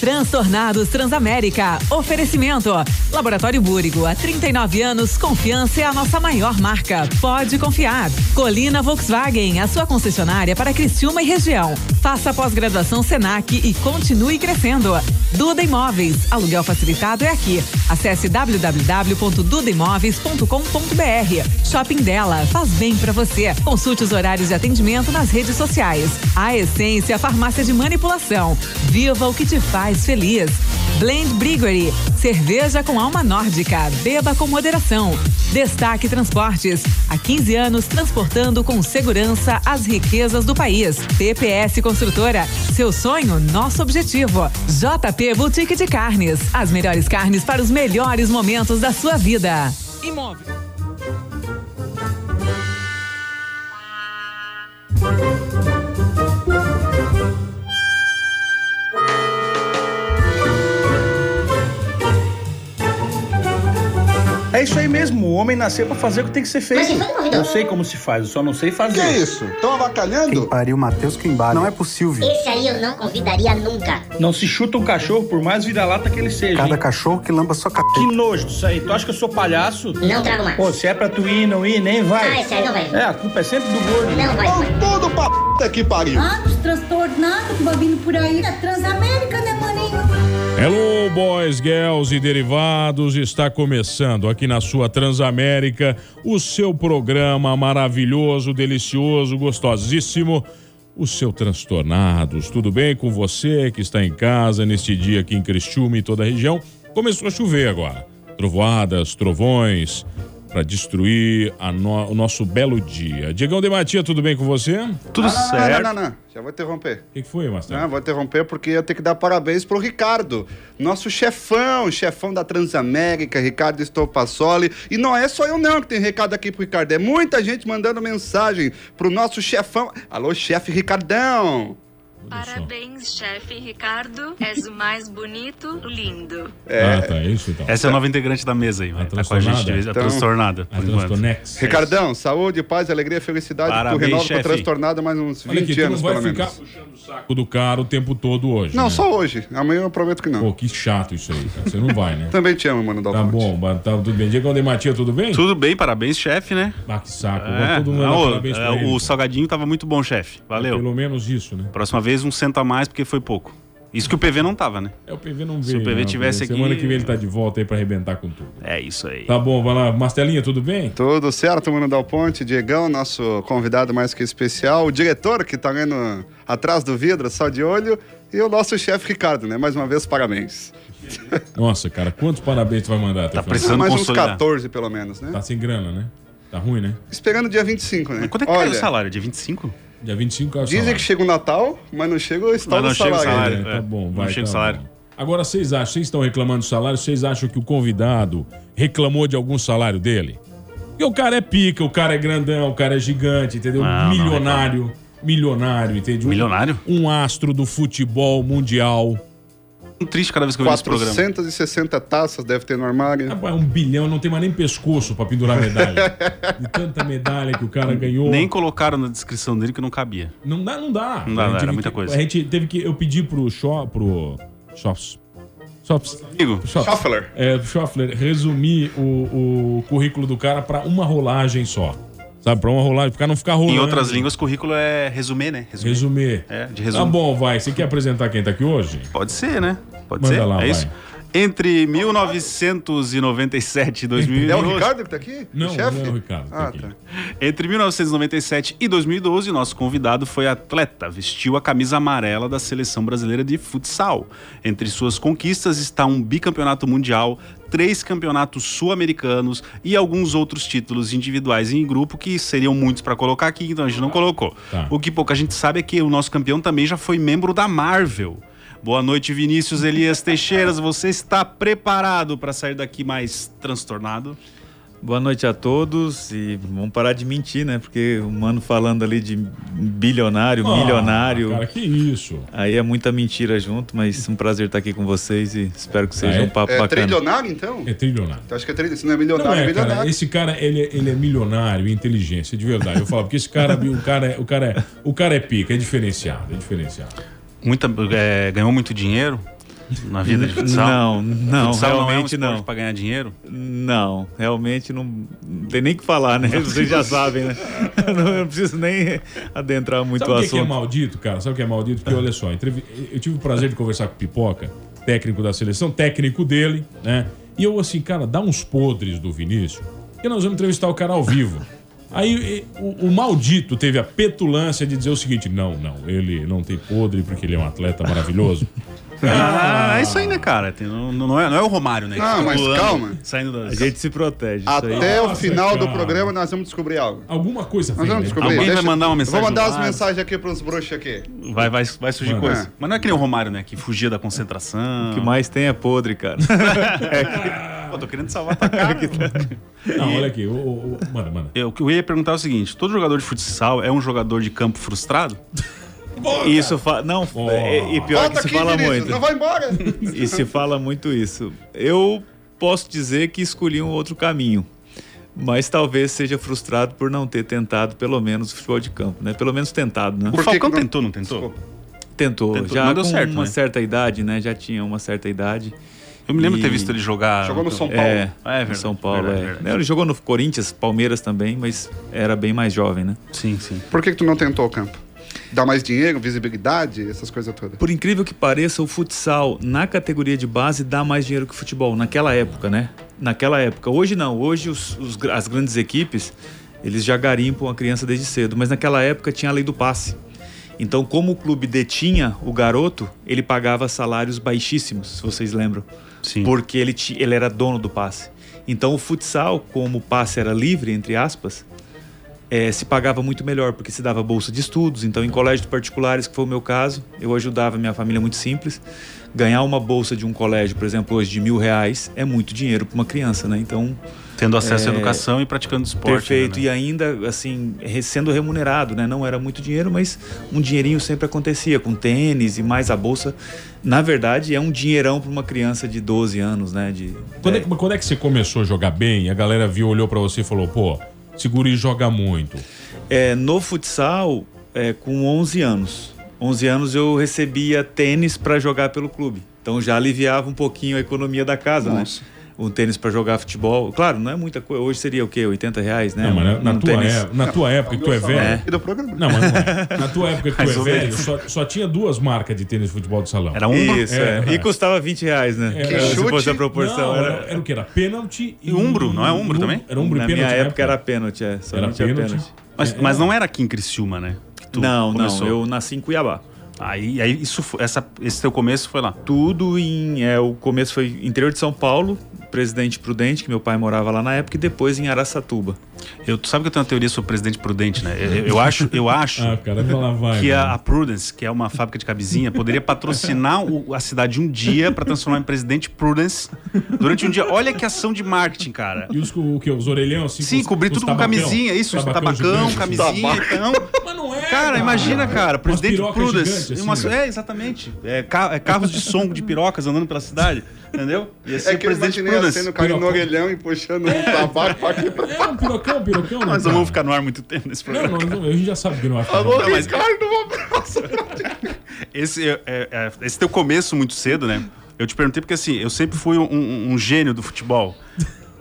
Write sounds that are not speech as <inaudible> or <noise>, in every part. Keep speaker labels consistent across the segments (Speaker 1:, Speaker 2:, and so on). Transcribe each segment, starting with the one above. Speaker 1: Transtornados Transamérica. Oferecimento. Laboratório Búrigo. Há 39 anos, confiança é a nossa maior marca. Pode confiar. Colina Volkswagen, a sua concessionária para Criciúma e região. Faça a pós-graduação Senac e continue crescendo. Duda Imóveis. Aluguel facilitado é aqui. Acesse www.dudaimóveis.com.br. Shopping dela. Faz bem para você. Consulte os horários de atendimento nas redes sociais. A Essência Farmácia de Manipulação. Viva o que te faz feliz. Blend Briggery, cerveja com alma nórdica, beba com moderação. Destaque Transportes, há 15 anos transportando com segurança as riquezas do país. TPS Construtora, seu sonho, nosso objetivo. JP Boutique de Carnes, as melhores carnes para os melhores momentos da sua vida. Imóvel.
Speaker 2: É isso aí mesmo, o homem nasceu pra fazer o que tem que ser feito. Não sei como se faz, eu só não sei fazer.
Speaker 3: um- Que
Speaker 4: é
Speaker 3: isso? Estão avacalhando?
Speaker 5: Pariu, Matheus Quimbara. Não é possível.
Speaker 6: Esse aí eu não convidaria nunca.
Speaker 2: Não se chuta um cachorro por mais vira-lata que ele seja.
Speaker 5: Cada
Speaker 2: hein?
Speaker 5: cachorro que lamba sua cacete.
Speaker 2: Que nojo disso aí. Tu acha que eu sou palhaço?
Speaker 6: Não trago mais.
Speaker 2: Pô, se é pra tu ir, não ir, nem
Speaker 6: Ah,
Speaker 2: vai.
Speaker 6: esse aí não vai.
Speaker 2: É, a culpa é sempre do gordo.
Speaker 6: Não vai.
Speaker 3: Estão todo pra puta que pariu.
Speaker 7: Ah, os transtornados, bobindo por aí. É Transamérica, né, maninho?
Speaker 4: Hello, boys, girls e derivados. Está começando aqui na sua Transamérica o seu programa maravilhoso, delicioso, gostosíssimo. O seu Transtornados. Tudo bem com você que está em casa neste dia aqui em Criciúma e toda a região? Começou a chover agora. Trovoadas, trovões, para destruir a no- o nosso belo dia. Diegão de Matia, tudo bem com você? O
Speaker 3: Tudo certo. Não, não, não, não. Já vou interromper.
Speaker 4: que, que foi, Marcelo?
Speaker 3: Não, vou interromper porque eu tenho que dar parabéns pro Ricardo, nosso chefão, chefão da Transamérica, Ricardo Estopassoli. E não é só eu não que tem recado aqui pro Ricardo, é muita gente mandando mensagem pro nosso chefão. Alô, chefe Ricardão.
Speaker 4: Olha só.
Speaker 8: Parabéns, chefe Ricardo. És o mais bonito, lindo.
Speaker 4: Ah, tá, é isso então.
Speaker 9: Essa é a nova integrante da mesa aí, vai. Tá com a
Speaker 4: transtornada?
Speaker 9: gente de vez, a
Speaker 3: Então-
Speaker 9: transtornada,
Speaker 4: A
Speaker 9: por enquanto.
Speaker 4: Transtornex.
Speaker 3: Ricardão, saúde, paz, alegria, felicidade. tu
Speaker 9: Parabéns,
Speaker 3: renova
Speaker 9: chefe.
Speaker 3: com transtornado mais uns 20
Speaker 4: Olha aqui, tu não
Speaker 3: anos,
Speaker 4: vai
Speaker 3: pelo
Speaker 4: ficar
Speaker 3: menos.
Speaker 4: puxando o saco do cara o tempo todo hoje.
Speaker 3: Não,
Speaker 4: né?
Speaker 3: só hoje. Amanhã eu prometo que não.
Speaker 4: Pô, que chato isso aí, cara. Você não vai,
Speaker 9: <laughs>
Speaker 4: né?
Speaker 3: Também te amo, mano,
Speaker 4: Tá
Speaker 3: Dalton.
Speaker 4: bom, ba- tá tudo bem. Diego Aldematia, tudo bem?
Speaker 9: Tudo bem, parabéns, chefe, né?
Speaker 4: Ah, que saco.
Speaker 9: É,
Speaker 4: Vai todo mundo
Speaker 9: não,
Speaker 4: dar
Speaker 9: o-
Speaker 4: parabéns pra
Speaker 9: é,
Speaker 4: ele.
Speaker 9: o salgadinho tava muito bom, chefe. Valeu.
Speaker 4: Pelo menos isso, né?
Speaker 9: Próxima vez, um cento a mais, porque foi pouco. Isso que o PV não tava, né?
Speaker 4: É, o PV não veio.
Speaker 9: o PV
Speaker 4: né?
Speaker 9: tivesse aqui-
Speaker 4: Semana que vem ele tá de volta aí pra arrebentar com tudo.
Speaker 9: É isso aí.
Speaker 4: Tá bom, vai lá. Mastelinha, tudo bem?
Speaker 3: Tudo certo, Mano Dal Ponte, Diegão, nosso convidado mais que especial, o diretor que tá vendo atrás do vidro, só de olho, e o nosso chefe Ricardo, né? Mais uma vez, parabéns.
Speaker 4: Nossa, cara, quantos parabéns tu vai mandar? Tá,
Speaker 9: precisando- Precisamos
Speaker 3: mais uns
Speaker 9: consolidar.
Speaker 3: 14, pelo menos, né?
Speaker 4: tá sem grana, né? Tá ruim, né?
Speaker 3: Esperando dia 25, né?
Speaker 9: Mas Quanto é que caiu o salário? Dia 25?
Speaker 4: Dia 25 é o
Speaker 3: Dizem
Speaker 4: salário.
Speaker 3: que chega o Natal, mas não chega o estado
Speaker 9: não
Speaker 3: do
Speaker 9: chega o
Speaker 3: salário. né?
Speaker 9: salário.
Speaker 4: É, tá
Speaker 9: É,
Speaker 4: bom,
Speaker 9: não
Speaker 4: vai.
Speaker 9: chega o
Speaker 4: tá
Speaker 9: salário.
Speaker 4: bom. Agora, vocês acham, vocês estão reclamando do salário, vocês acham que o convidado reclamou de algum salário dele? Porque o cara é pica, o cara é grandão, o cara é gigante, entendeu?
Speaker 9: Não, não
Speaker 4: milionário, milionário, entendeu?
Speaker 9: Milionário?
Speaker 4: Um astro do futebol mundial.
Speaker 9: Um triste cada vez que eu vejo esse programa.
Speaker 3: 460 taças deve ter no armário.
Speaker 4: Rapaz, um bilhão, não tem mais nem pescoço pra pendurar medalha. De tanta medalha que o cara ganhou.
Speaker 9: Nem colocaram na descrição dele que não cabia.
Speaker 4: Não dá, não dá.
Speaker 9: Não dá,
Speaker 4: A gente
Speaker 9: não, era
Speaker 4: teve
Speaker 9: muita
Speaker 4: que-
Speaker 9: coisa.
Speaker 4: A gente teve que. Eu pedi pro Shop. Pro. Shops. Shops.
Speaker 9: Amigo,
Speaker 4: Shops.
Speaker 3: Shuffler.
Speaker 4: É, do Shuffler, resumir o, o currículo do cara pra uma rolagem só. Sabe, pra uma rolagem, pra não ficar rolando.
Speaker 9: em outras línguas, currículo é resumir, né? Resumir.
Speaker 4: Resumir.
Speaker 9: É, de resumo.
Speaker 4: Tá bom, vai. Você quer apresentar quem tá aqui hoje?
Speaker 9: Pode ser, né? Pode
Speaker 4: Manda
Speaker 9: ser.
Speaker 4: lá,
Speaker 9: é
Speaker 4: vai.
Speaker 9: isso. Entre 1997 e
Speaker 3: É o
Speaker 9: 2012.
Speaker 3: Ricardo que tá aqui?
Speaker 4: Não,
Speaker 3: o chefe?
Speaker 4: não é o Ricardo, tá
Speaker 3: Ah,
Speaker 4: aqui.
Speaker 3: tá.
Speaker 9: Entre 1997 e 2012, nosso convidado foi atleta, vestiu a camisa amarela da seleção brasileira de futsal. Entre suas conquistas está um bicampeonato mundial, três campeonatos sul-americanos e alguns outros títulos individuais e em grupo que seriam muitos para colocar aqui, então a gente não colocou.
Speaker 4: Tá.
Speaker 9: O que pouca gente sabe é que o nosso campeão também já foi membro da Marvel. Boa noite, Vinícius Elias Teixeiras. Você está preparado para sair daqui mais transtornado?
Speaker 10: Boa noite a todos e vamos parar de mentir, né? Porque o mano falando ali de bilionário, milionário,
Speaker 4: Ah, Cara, que isso.
Speaker 10: aí é muita mentira junto, mas um prazer estar aqui com vocês e espero que seja
Speaker 4: Ah, é?
Speaker 10: um papo
Speaker 3: É
Speaker 10: bacana.
Speaker 3: trilionário, então?
Speaker 4: É trilionário.
Speaker 3: Eu Acho que é trilionário. Se não é
Speaker 4: Não
Speaker 3: milionário, é
Speaker 4: é, cara.
Speaker 3: milionário.
Speaker 4: Esse cara, ele, ele é milionário em inteligência, de verdade. Eu falo, porque esse cara, o cara, é- o cara, é, o cara é pica, é diferenciado, é diferenciado.
Speaker 9: Muita, é, ganhou muito dinheiro? na vida de futsal?
Speaker 10: Não, não,
Speaker 9: futsal
Speaker 10: realmente
Speaker 9: não. É um
Speaker 10: não.
Speaker 9: esporte pra ganhar dinheiro?
Speaker 10: Não, realmente não, não tem nem o que falar,
Speaker 4: um
Speaker 10: né? Vocês já sabem, né? Não, eu não preciso nem adentrar muito
Speaker 4: Sabe
Speaker 10: o
Speaker 4: o que,
Speaker 10: assunto.
Speaker 4: que é maldito, cara? Sabe o que é maldito? Porque olha só, entrevi- eu tive o prazer de conversar com o Pipoca, técnico da seleção, técnico dele, né? E eu assim, cara, dá uns podres do Vinícius, que nós vamos entrevistar o cara ao vivo. Aí e, o, o maldito teve a petulância de dizer o seguinte: não, não, ele não tem podre porque ele é um atleta maravilhoso.
Speaker 9: Ah, é isso aí, né, cara? Tem- não, não é, não é o Romário, né?
Speaker 3: Ah, mas
Speaker 9: Pulando,
Speaker 3: calma.
Speaker 9: Saindo da...
Speaker 10: A gente se protege. isso aí.
Speaker 3: Até o
Speaker 4: Nossa,
Speaker 3: final do
Speaker 4: cara.
Speaker 3: programa nós vamos descobrir algo.
Speaker 4: Alguma coisa
Speaker 3: Nós
Speaker 4: fez,
Speaker 3: vamos
Speaker 4: né?
Speaker 3: descobrir.
Speaker 9: Alguém vai mandar uma mensagem
Speaker 3: Vou mandar
Speaker 9: no
Speaker 3: as
Speaker 9: ar?
Speaker 3: mensagens aqui pros bruxos aqui.
Speaker 9: Vai, vai, vai surgir
Speaker 4: Mano.
Speaker 9: coisa. Mas não é que nem o Romário, né? Que fugia da concentração.
Speaker 10: O que mais tem é
Speaker 9: <laughs>
Speaker 10: podre, cara. É
Speaker 9: Pô, tô querendo salvar
Speaker 10: <laughs>
Speaker 9: tua cara.
Speaker 10: tá-
Speaker 4: Não, olha aqui, o, o, o- manda, manda.
Speaker 9: Eu, o que eu ia perguntar é o seguinte: todo jogador de futsal é um jogador de campo frustrado?
Speaker 10: E isso fa... não
Speaker 4: Oh.
Speaker 9: é,
Speaker 10: e, e pior
Speaker 3: Volta aqui,
Speaker 10: que se fala
Speaker 3: Vinícius,
Speaker 10: muito.
Speaker 3: não vai embora.
Speaker 10: E se fala É muito isso. Eu posso dizer que escolhi um outro caminho. Mas talvez seja frustrado por não ter tentado pelo menos o futebol de campo, né? Pelo menos tentado, né?
Speaker 9: O
Speaker 3: Por que
Speaker 9: Falcão
Speaker 3: que não-
Speaker 9: tentou, não tentou?
Speaker 10: Tentou,
Speaker 9: Tentou,
Speaker 10: já
Speaker 9: não deu
Speaker 10: com
Speaker 9: certo,
Speaker 10: uma
Speaker 9: né?
Speaker 10: certa idade, né? Já tinha uma certa idade.
Speaker 9: Eu me lembro de ter
Speaker 10: E-
Speaker 9: visto ele jogar.
Speaker 3: Jogou no São Paulo.
Speaker 10: É,
Speaker 9: Ah, é
Speaker 10: em
Speaker 9: verdade,
Speaker 10: São Paulo,
Speaker 9: verdade,
Speaker 10: é.
Speaker 9: verdade.
Speaker 10: Ele jogou no Corinthians, Palmeiras também, mas era bem mais jovem, né?
Speaker 9: Sim, sim.
Speaker 3: Por que, que tu não tentou o campo? Dá mais dinheiro, visibilidade, essas coisas todas.
Speaker 10: Por incrível que pareça, o futsal na categoria de base dá mais dinheiro que o futebol, naquela época, né? Naquela época. Hoje não, hoje os- os gra- as grandes equipes, eles já garimpam a criança desde cedo, mas naquela época tinha a lei do passe. Então, como o clube detinha o garoto, ele pagava salários baixíssimos, se vocês lembram.
Speaker 9: Sim.
Speaker 10: Porque ele, ti- ele era dono do passe. Então, o futsal, como o passe era livre, entre aspas, eh, se pagava muito melhor, porque se dava bolsa de estudos. Então, em colégios particulares, que foi o meu caso, eu ajudava minha família muito simples. Ganhar uma bolsa de um colégio, por exemplo, hoje de mil reais, é muito dinheiro para uma criança, né? Então,
Speaker 9: Tendo acesso à
Speaker 10: É.
Speaker 9: educação e praticando esporte.
Speaker 10: Perfeito,
Speaker 9: né,
Speaker 10: e ainda assim, re- sendo remunerado, né? Não era muito dinheiro, mas um dinheirinho sempre acontecia, com tênis e mais a bolsa. Na verdade, é um dinheirão para uma criança de 12 anos, né? De,
Speaker 4: Quando é, que, quando é que você começou a jogar bem? A galera viu, olhou pra você e falou: pô, segura e joga muito.
Speaker 10: É, no futsal, é, com 11 anos. 11 anos eu recebia tênis para jogar pelo clube. Então já aliviava um pouquinho a economia da casa,
Speaker 3: Nossa.
Speaker 10: né? Um tênis para jogar futebol. Claro, não é muita coisa. Hoje seria o quê? 80 reais, né?
Speaker 4: Não, mas na, na
Speaker 10: Um
Speaker 4: tua,
Speaker 10: tênis.
Speaker 4: é- na tua época que tu é velho.
Speaker 3: E do programa.
Speaker 4: Não, mas não
Speaker 10: <laughs>
Speaker 4: é. Na tua época que
Speaker 9: Mais
Speaker 4: tu é
Speaker 9: ou
Speaker 4: velho,
Speaker 9: menos.
Speaker 4: só, só tinha duas marcas de tênis de futebol de salão.
Speaker 9: Era um
Speaker 10: Isso, é.
Speaker 4: É.
Speaker 10: E custava 20 reais, né?
Speaker 4: Que
Speaker 10: Se fosse
Speaker 3: chute.
Speaker 10: a proporção.
Speaker 4: Não,
Speaker 10: era...
Speaker 4: era, era o que? Era pênalti
Speaker 9: E umbro, não é umbro também?
Speaker 4: Era umbro
Speaker 10: Na
Speaker 4: e pênalti.
Speaker 10: minha
Speaker 4: na
Speaker 10: época era pênalti, é.
Speaker 4: Era
Speaker 10: Somente era
Speaker 4: pênalti.
Speaker 10: pênalti.
Speaker 9: Mas, mas não era aqui em Criciúma, né? Que tu
Speaker 10: Não,
Speaker 9: começou.
Speaker 10: não. Eu nasci em Cuiabá.
Speaker 9: Aí, aí isso, foi- essa, esse teu começo foi lá.
Speaker 10: Tudo em. É, o começo foi interior de São Paulo, Presidente Prudente, que meu pai morava lá na época, e depois em Araçatuba.
Speaker 9: Eu, tu sabe que eu tenho uma teoria sobre presidente prudente, né? Eu, eu- eu acho, eu acho
Speaker 4: Ah, cara, vai lá vai.
Speaker 9: que a,
Speaker 4: mano.
Speaker 9: a Prudence, que é uma fábrica de camisinha, poderia patrocinar o- a cidade um dia pra transformar em presidente Prudence durante um dia. Olha que ação de marketing, cara.
Speaker 4: E os, o que? Os orelhão? Assim,
Speaker 9: Sim,
Speaker 4: os-
Speaker 9: cobrir
Speaker 4: os
Speaker 9: tudo com
Speaker 4: tabacão?
Speaker 9: camisinha, isso, tabacão,
Speaker 4: gigante, assim.
Speaker 9: camisinha, então.
Speaker 4: Mas não é.
Speaker 9: Cara, imagina, cara,
Speaker 4: Umas
Speaker 9: presidente
Speaker 4: pirocas gigantes,
Speaker 9: Prudence.
Speaker 4: assim,
Speaker 9: umas-
Speaker 4: né?
Speaker 9: é, exatamente. É, ca- é carros de som de pirocas andando pela cidade, entendeu? Ia ser
Speaker 3: É que eu
Speaker 9: presidente
Speaker 3: imaginei a
Speaker 9: Prudence.
Speaker 3: cena, o cara no
Speaker 4: Pirocão.
Speaker 3: orelhão e puxando um tabaco pra aqui.
Speaker 4: É um pirocão, pirocão. né,
Speaker 9: Nós
Speaker 3: tá-
Speaker 9: não
Speaker 4: cara?
Speaker 9: vamos ficar no ar muito tempo nesse
Speaker 4: Não,
Speaker 9: programa.
Speaker 4: não, não, a gente já sabe que não vai ficar.
Speaker 3: Alô,
Speaker 9: Não, mas-
Speaker 3: Ricardo, um abraço.
Speaker 9: Esse, é, é, é, esse teu começo muito cedo, né? Eu te perguntei porque assim, eu sempre fui um, um- um gênio do futebol.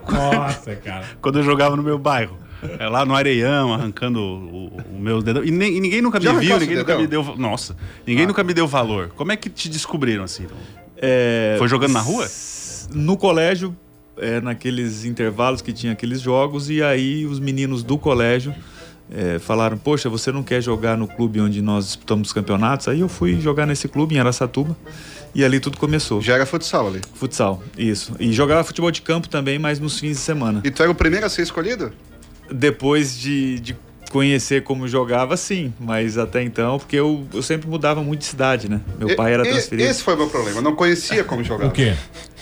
Speaker 4: Nossa, cara.
Speaker 9: Quando eu jogava no meu bairro. É, Lá no Areião, arrancando o, o- o meu dedão. E, nem- e ninguém nunca me
Speaker 3: Já
Speaker 9: viu,
Speaker 3: arrancasse
Speaker 9: ninguém
Speaker 3: o
Speaker 9: nunca
Speaker 3: dedão? Ah.
Speaker 9: me deu. Nossa, ninguém nunca me deu valor. Como é que te descobriram assim?
Speaker 10: É,
Speaker 9: Foi jogando na rua?
Speaker 10: s- No colégio, é, naqueles intervalos que tinha aqueles jogos, e aí os meninos do colégio é, falaram: Poxa, você não quer jogar no clube onde nós disputamos os campeonatos? Aí eu fui jogar nesse clube em Araçatuba, e ali tudo começou.
Speaker 3: Já era futsal ali.
Speaker 10: Futsal, isso. E jogava futebol de campo também, mas nos fins de semana.
Speaker 3: E tu era o primeiro a ser escolhido?
Speaker 10: Depois de, de conhecer como jogava, sim, mas até então, porque eu, eu sempre mudava muito de cidade, né? Meu pai era
Speaker 3: E- e-
Speaker 10: transferido.
Speaker 3: Esse foi o meu problema, eu não conhecia como jogava.
Speaker 4: O quê?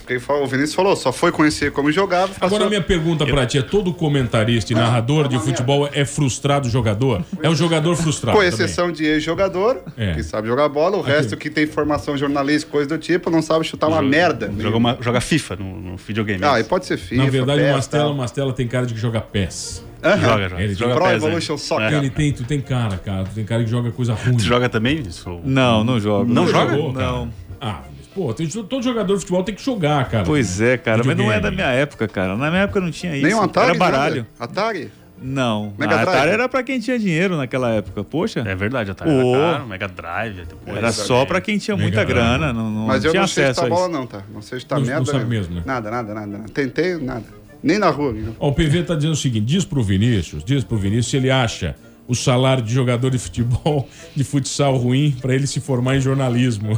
Speaker 3: Quem falou, o Vinícius falou, só foi conhecer como jogava.
Speaker 4: Agora,
Speaker 3: passou-
Speaker 4: a minha pergunta pra ti é: todo comentarista e narrador de futebol é frustrado jogador? É um jogador frustrado.
Speaker 3: Com
Speaker 4: também.
Speaker 3: exceção de ex-jogador,
Speaker 4: É.
Speaker 3: que sabe jogar bola, o resto que tem formação jornalística, coisa do tipo, não sabe chutar uma merda.
Speaker 9: Joga, uma- joga FIFA no, no videogame.
Speaker 3: Ah, e pode ser FIFA,
Speaker 4: Na verdade, o
Speaker 3: PES,
Speaker 4: Mastela, o
Speaker 3: tal.
Speaker 4: Mastela tem cara de que joga pés.
Speaker 9: Joga, joga.
Speaker 4: Ele
Speaker 9: joga
Speaker 3: Pro
Speaker 9: PES, né?
Speaker 3: Evolution Soccer.
Speaker 4: Ele tem, tu tem cara, cara. Tu tem cara que joga coisa ruim.
Speaker 9: Tu joga também? Isso?
Speaker 10: Não, não jogo.
Speaker 9: Não joga?
Speaker 10: Não.
Speaker 4: cara? Ah, mas, pô, tem, todo jogador de futebol tem que jogar, cara.
Speaker 10: Pois é, cara, mas não é da
Speaker 4: Videogame.
Speaker 10: minha época, cara. Na minha época não tinha isso.
Speaker 4: Nem um Atari,
Speaker 10: Era baralho.
Speaker 4: nada?
Speaker 3: Atari?
Speaker 9: Ah,
Speaker 10: Não.
Speaker 4: Mega
Speaker 10: a Atari
Speaker 4: Drive?
Speaker 10: era pra quem tinha dinheiro naquela época, poxa. É
Speaker 9: verdade,
Speaker 10: Atari
Speaker 9: era caro, Mega Drive. Depois,
Speaker 10: Era só pra quem tinha é muita grana, não, não
Speaker 3: Mas eu
Speaker 10: tinha
Speaker 3: não sei
Speaker 10: acesso
Speaker 3: chutar
Speaker 10: a
Speaker 3: bola,
Speaker 10: isso.
Speaker 3: não, tá? Não sei chutar
Speaker 4: né? Não-
Speaker 3: merda.
Speaker 4: não sabe mesmo, né?
Speaker 3: Nada, nada, nada, nada. Tentei, nada. Nem na rua. né?
Speaker 4: Ó, o PV tá dizendo o seguinte: diz pro Vinícius, diz pro Vinícius se ele acha o salário de jogador de futebol, <laughs> de futsal ruim, pra ele se formar em
Speaker 10: <laughs>
Speaker 4: jornalismo.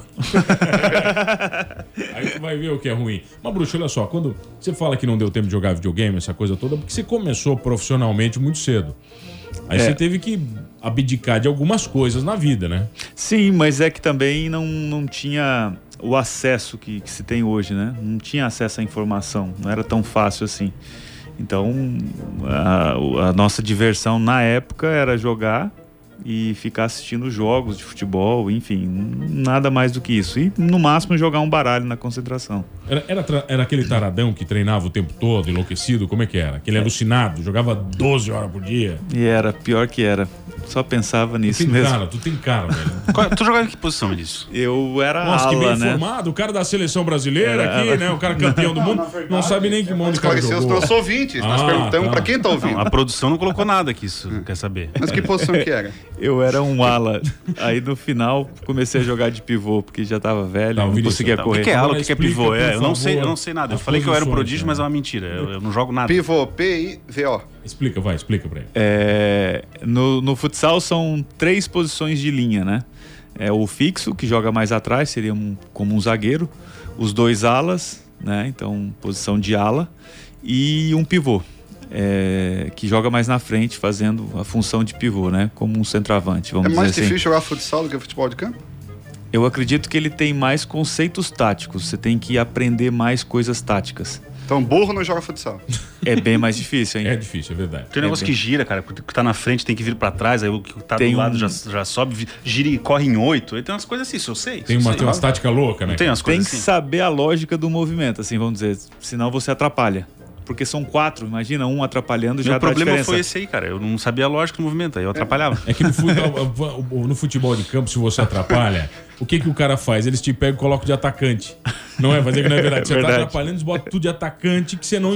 Speaker 4: Aí tu vai ver o que é ruim. Mas, Bruxo, olha só, quando você fala que não deu tempo de jogar videogame, essa coisa toda, porque você começou profissionalmente muito cedo. Aí
Speaker 10: É.
Speaker 4: você teve que abdicar de algumas coisas na vida, né?
Speaker 10: Sim, mas é que também não, não tinha o acesso que, que se tem hoje, né? Não tinha acesso à informação, não era tão fácil assim. Então, a, a nossa diversão na época era jogar e ficar assistindo jogos de futebol, enfim, nada mais do que isso. E no máximo jogar um baralho na concentração.
Speaker 4: Era, era, tra- era aquele taradão que treinava o tempo todo, enlouquecido, como é que era? Aquele alucinado, jogava 12 horas por dia.
Speaker 10: E era, pior que era. Só pensava nisso
Speaker 4: tem
Speaker 10: mesmo.
Speaker 4: cara, tu tem cara, velho.
Speaker 9: tu jogava em que posição disso?
Speaker 10: Eu era
Speaker 4: Nossa, que
Speaker 10: ala,
Speaker 4: bem
Speaker 10: né?
Speaker 4: formado, o cara da seleção brasileira
Speaker 10: Era
Speaker 4: aqui,
Speaker 9: É.
Speaker 10: ala.
Speaker 4: né? O cara campeão do mundo, não, sabe nem que mundo o cara
Speaker 3: Esclarecer os
Speaker 4: jogou. Ah,
Speaker 3: nossos ouvintes. Nós perguntamos pra quem tá ouvindo.
Speaker 9: <laughs> Não, a produção não colocou nada que isso quer saber.
Speaker 3: Hum.
Speaker 9: É,
Speaker 3: Mas que posição que era?
Speaker 10: Eu era um ala. Aí no final comecei a jogar de pivô, porque já tava velho, não conseguia
Speaker 9: Tá,
Speaker 10: correr.
Speaker 9: O que que é
Speaker 3: então.
Speaker 9: ala? O que que é pivô? É, eu não sei, eu não sei nada. Eu falei que eu era um prodígio,
Speaker 10: né?
Speaker 9: mas é uma mentira. Eu, eu não jogo nada.
Speaker 3: Pivô, P, I, V, O.
Speaker 4: Explica, vai, explica pra ele.
Speaker 10: É, no, no futsal são três posições de linha, né? É o fixo, que joga mais atrás, seria um- como um zagueiro. Os dois alas, né? Então, posição de ala. E um pivô, é, que joga mais na frente, fazendo a função de pivô, né? Como um centroavante, vamos
Speaker 3: É mais
Speaker 10: dizer assim.
Speaker 3: difícil jogar futsal do que futebol de campo?
Speaker 10: Eu acredito que ele tem mais conceitos táticos. Você tem que aprender mais coisas táticas.
Speaker 3: Então, burro não joga futsal.
Speaker 10: É bem mais difícil, hein?
Speaker 4: É difícil, é verdade.
Speaker 9: Tem um negócio que gira, cara. O que tá na frente tem que vir pra trás, aí o que tá
Speaker 10: Tem
Speaker 9: do lado
Speaker 10: um-
Speaker 9: já, já sobe, vi- gira e corre em oito. Aí tem umas coisas assim, isso eu sei.
Speaker 4: Tem,
Speaker 9: isso eu
Speaker 4: uma,
Speaker 9: sei.
Speaker 4: tem umas táticas loucas, né?
Speaker 9: Tem umas
Speaker 10: Tem
Speaker 9: coisas
Speaker 10: que
Speaker 9: assim.
Speaker 10: saber a lógica do movimento, assim, vamos dizer. Senão você atrapalha. Porque são quatro, imagina, um atrapalhando já
Speaker 9: Meu
Speaker 10: dá
Speaker 9: problema
Speaker 10: diferença.
Speaker 9: foi esse aí, cara. Eu não sabia a lógica do movimento, aí eu atrapalhava.
Speaker 4: É que
Speaker 9: <laughs>
Speaker 4: no futebol, no futebol de campo, se você atrapalha, o que que o cara faz? Eles te pegam e colocam de atacante. Não é? Fazer que não
Speaker 9: <laughs>
Speaker 4: é verdade. Você tá
Speaker 9: Verdade.
Speaker 4: atrapalhando, eles botam tudo de atacante que você não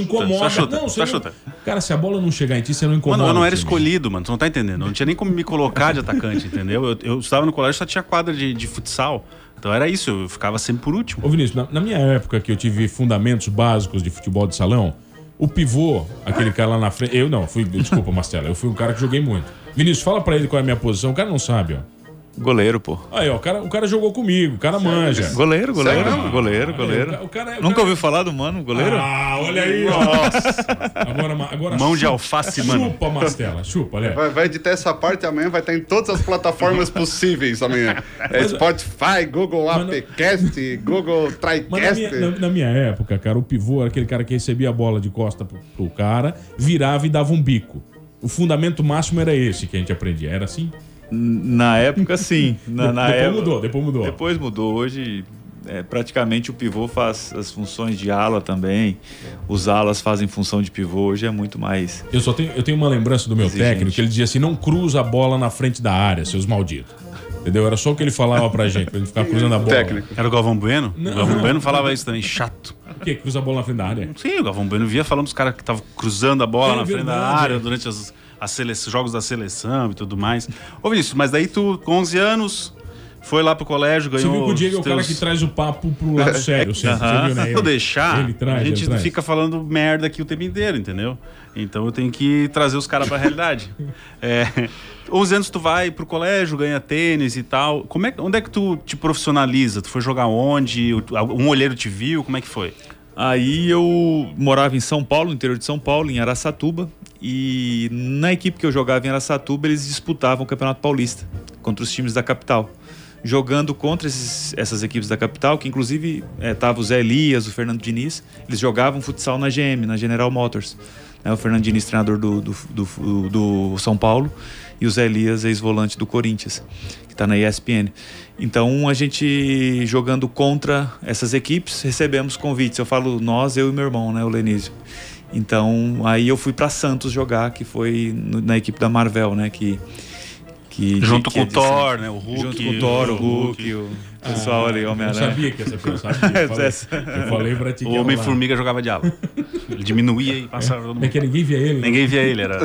Speaker 9: Só
Speaker 4: incomoda.
Speaker 9: chuta,
Speaker 4: não, você
Speaker 9: só
Speaker 4: não-
Speaker 9: chuta.
Speaker 4: Cara, se a bola não chegar em ti, você não incomoda.
Speaker 9: Mano, eu não era
Speaker 4: o time.
Speaker 9: escolhido, mano. Tu não tá entendendo. Eu não tinha nem como me colocar de atacante, entendeu? Eu, eu estava no colégio, só tinha quadra de, de futsal. Então era isso, eu ficava sempre por último.
Speaker 4: Ô Vinícius, na, na minha época que eu tive fundamentos básicos de futebol de salão, o pivô, aquele cara lá na frente. Eu não, fui. Desculpa, Marcelo, eu fui um cara que joguei muito. Vinícius, fala pra ele qual é a minha posição. O cara não sabe, ó.
Speaker 10: Goleiro, pô.
Speaker 4: Aí, ó, o cara, o cara jogou comigo, o cara manja.
Speaker 10: Goleiro, goleiro, goleiro,
Speaker 4: o ca-
Speaker 10: goleiro.
Speaker 4: o cara é- o
Speaker 10: Nunca
Speaker 4: cara-
Speaker 10: ouviu falar do mano, goleiro?
Speaker 4: Ah, olha aí, ó. Agora, ma- agora
Speaker 9: Mão de
Speaker 4: chupa-
Speaker 9: alface, mano.
Speaker 4: Chupa, Mastela, chupa, olha.
Speaker 3: Vai, vai editar essa parte amanhã, vai estar em todas as plataformas possíveis amanhã. É Spotify, Google Appcast, Google
Speaker 4: Mas na
Speaker 3: Trycast.
Speaker 4: minha, na- na minha época, cara, o pivô era aquele cara que recebia a bola de costa pro, pro cara, virava e dava um bico. O fundamento máximo era esse que a gente aprendia. Era assim?
Speaker 10: Na época, sim. Na, na
Speaker 4: depois
Speaker 10: época-
Speaker 4: mudou, depois mudou.
Speaker 10: Depois mudou. Hoje, é, praticamente o pivô faz as funções de ala também. Os alas fazem função de pivô. Hoje é muito mais.
Speaker 4: Eu só tenho, eu tenho uma lembrança do meu
Speaker 10: Exigente.
Speaker 4: técnico, que ele dizia assim: não cruza a bola na frente da área, seus malditos. Entendeu? Era só o que ele falava pra gente, pra gente ficar cruzando a bola.
Speaker 3: Técnico.
Speaker 9: Era o Galvão Bueno?
Speaker 4: Não.
Speaker 9: O Galvão Bueno falava isso também, chato.
Speaker 4: O quê? Cruza a bola na frente da área?
Speaker 9: Sim, o Galvão Bueno via falando dos caras que estavam cruzando a bola
Speaker 4: É
Speaker 9: na frente da
Speaker 4: verdade.
Speaker 9: área durante os jogos da seleção e tudo mais. Ô Vinícius, mas daí tu, com 11 anos, foi lá pro colégio,
Speaker 4: Você
Speaker 9: ganhou.
Speaker 4: viu que o Diego é o
Speaker 9: os
Speaker 4: cara
Speaker 9: teus-
Speaker 4: que traz o papo pro lado sério, sempre. Você viu,
Speaker 9: Aham.
Speaker 4: né?
Speaker 9: Se
Speaker 4: Ele-
Speaker 9: eu deixar,
Speaker 4: ele traz,
Speaker 9: a gente
Speaker 4: ele traz.
Speaker 9: fica falando merda aqui o tempo inteiro, entendeu? Então eu tenho que trazer os caras pra
Speaker 10: <laughs>
Speaker 9: realidade. É, 11 anos tu vai pro colégio, ganha tênis e tal. Como é, que- onde é que tu te profissionaliza? Tu foi jogar onde? Um olheiro te viu? Como é que foi?
Speaker 10: Aí eu morava em São Paulo, no interior de São Paulo, em Araçatuba. E na equipe que eu jogava em Araçatuba, eles disputavam o Campeonato Paulista contra os times da capital. Jogando contra esses- essas equipes da capital, que inclusive eh, tava o Zé Elias, o Fernando Diniz, eles jogavam futsal na GM, na General Motors. né? O Fernando Diniz, treinador do, do, do- do São Paulo, e o Zé Elias, ex-volante do Corinthians, que está na ESPN. Então a gente jogando contra essas equipes, recebemos convites. Eu falo nós, eu e meu irmão, né, o Lenísio. Então aí eu fui para Santos jogar, que foi no- na equipe da Marvel, né, que que-
Speaker 9: Junto
Speaker 10: que-
Speaker 9: com o
Speaker 10: que-
Speaker 9: Thor, né? O Ah, Hulk.
Speaker 10: Junto com o Thor, o Hulk, o pessoal ali, o Homem-Aranha.
Speaker 4: Eu sabia que essa
Speaker 9: <laughs>
Speaker 4: pessoa sabia. Eu falei, eu falei pra ti que
Speaker 9: né? O
Speaker 4: ia
Speaker 9: Homem-Formiga jogava diabo. Ele diminuía e passava todo
Speaker 4: rolar. É
Speaker 9: mundo.
Speaker 4: que ninguém via ele. né?
Speaker 9: Ninguém via ele, era.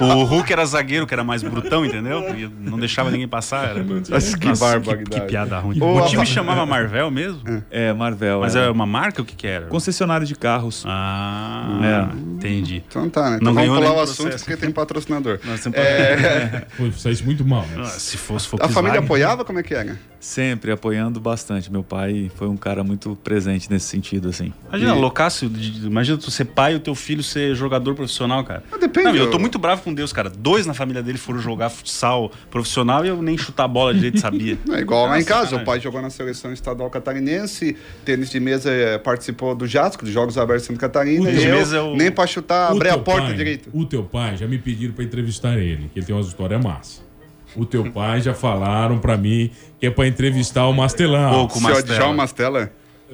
Speaker 9: O Hulk era zagueiro, que era mais brutão, entendeu? E não deixava ninguém passar. Era...
Speaker 3: Mas que
Speaker 9: Nossa,
Speaker 3: barbaridade.
Speaker 9: Que piada ruim.
Speaker 3: Ô,
Speaker 9: O time
Speaker 3: Rafa-
Speaker 9: chamava Marvel mesmo?
Speaker 10: É, Marvel.
Speaker 9: Mas
Speaker 10: é.
Speaker 9: era uma marca? O que que
Speaker 3: Então,
Speaker 9: era?
Speaker 10: Concessionário de carros. É.
Speaker 9: Ah, entendi.
Speaker 3: Então tá, né? Então
Speaker 9: Não
Speaker 3: vamos
Speaker 9: ganhou
Speaker 3: pular
Speaker 9: nem
Speaker 3: o
Speaker 9: o
Speaker 3: assunto
Speaker 9: processo.
Speaker 3: porque tem patrocinador.
Speaker 9: Nossa,
Speaker 3: É,
Speaker 4: Pô, saísse muito mal. né?
Speaker 9: Ah, se fosse
Speaker 3: a
Speaker 9: Volkswagen.
Speaker 3: família apoiava? Como é que era?
Speaker 10: Sempre apoiando bastante. Meu pai foi um cara muito presente nesse sentido, assim.
Speaker 9: Imagina, loucaço. de- de- Imagina tu ser pai e o teu filho ser jogador profissional, cara.
Speaker 3: Mas Ah, depende,
Speaker 9: Não, eu
Speaker 3: eu-
Speaker 9: tô muito bravo com Deus, cara. Dois na família dele foram jogar futsal profissional e eu nem chutar a bola direito sabia.
Speaker 3: <laughs> É igual lá em
Speaker 9: Nossa,
Speaker 3: casa,
Speaker 9: cara.
Speaker 3: o pai jogou na seleção estadual catarinense, tênis de mesa eh, participou do Jasco, dos Jogos Abertos de Santa Catarina,
Speaker 9: Tênis
Speaker 3: e
Speaker 9: de
Speaker 3: eu,
Speaker 9: mesa é o-
Speaker 3: nem pra chutar,
Speaker 4: O
Speaker 3: abrir a
Speaker 4: teu
Speaker 3: porta
Speaker 4: pai-
Speaker 3: direito.
Speaker 4: O teu pai, já me pediram pra entrevistar ele, que ele tem uma história massa. O teu pai já falaram pra mim que é pra entrevistar o Mastelão.
Speaker 9: Pouco. com
Speaker 3: Seu
Speaker 9: Mastella.
Speaker 3: Djalma Mastella.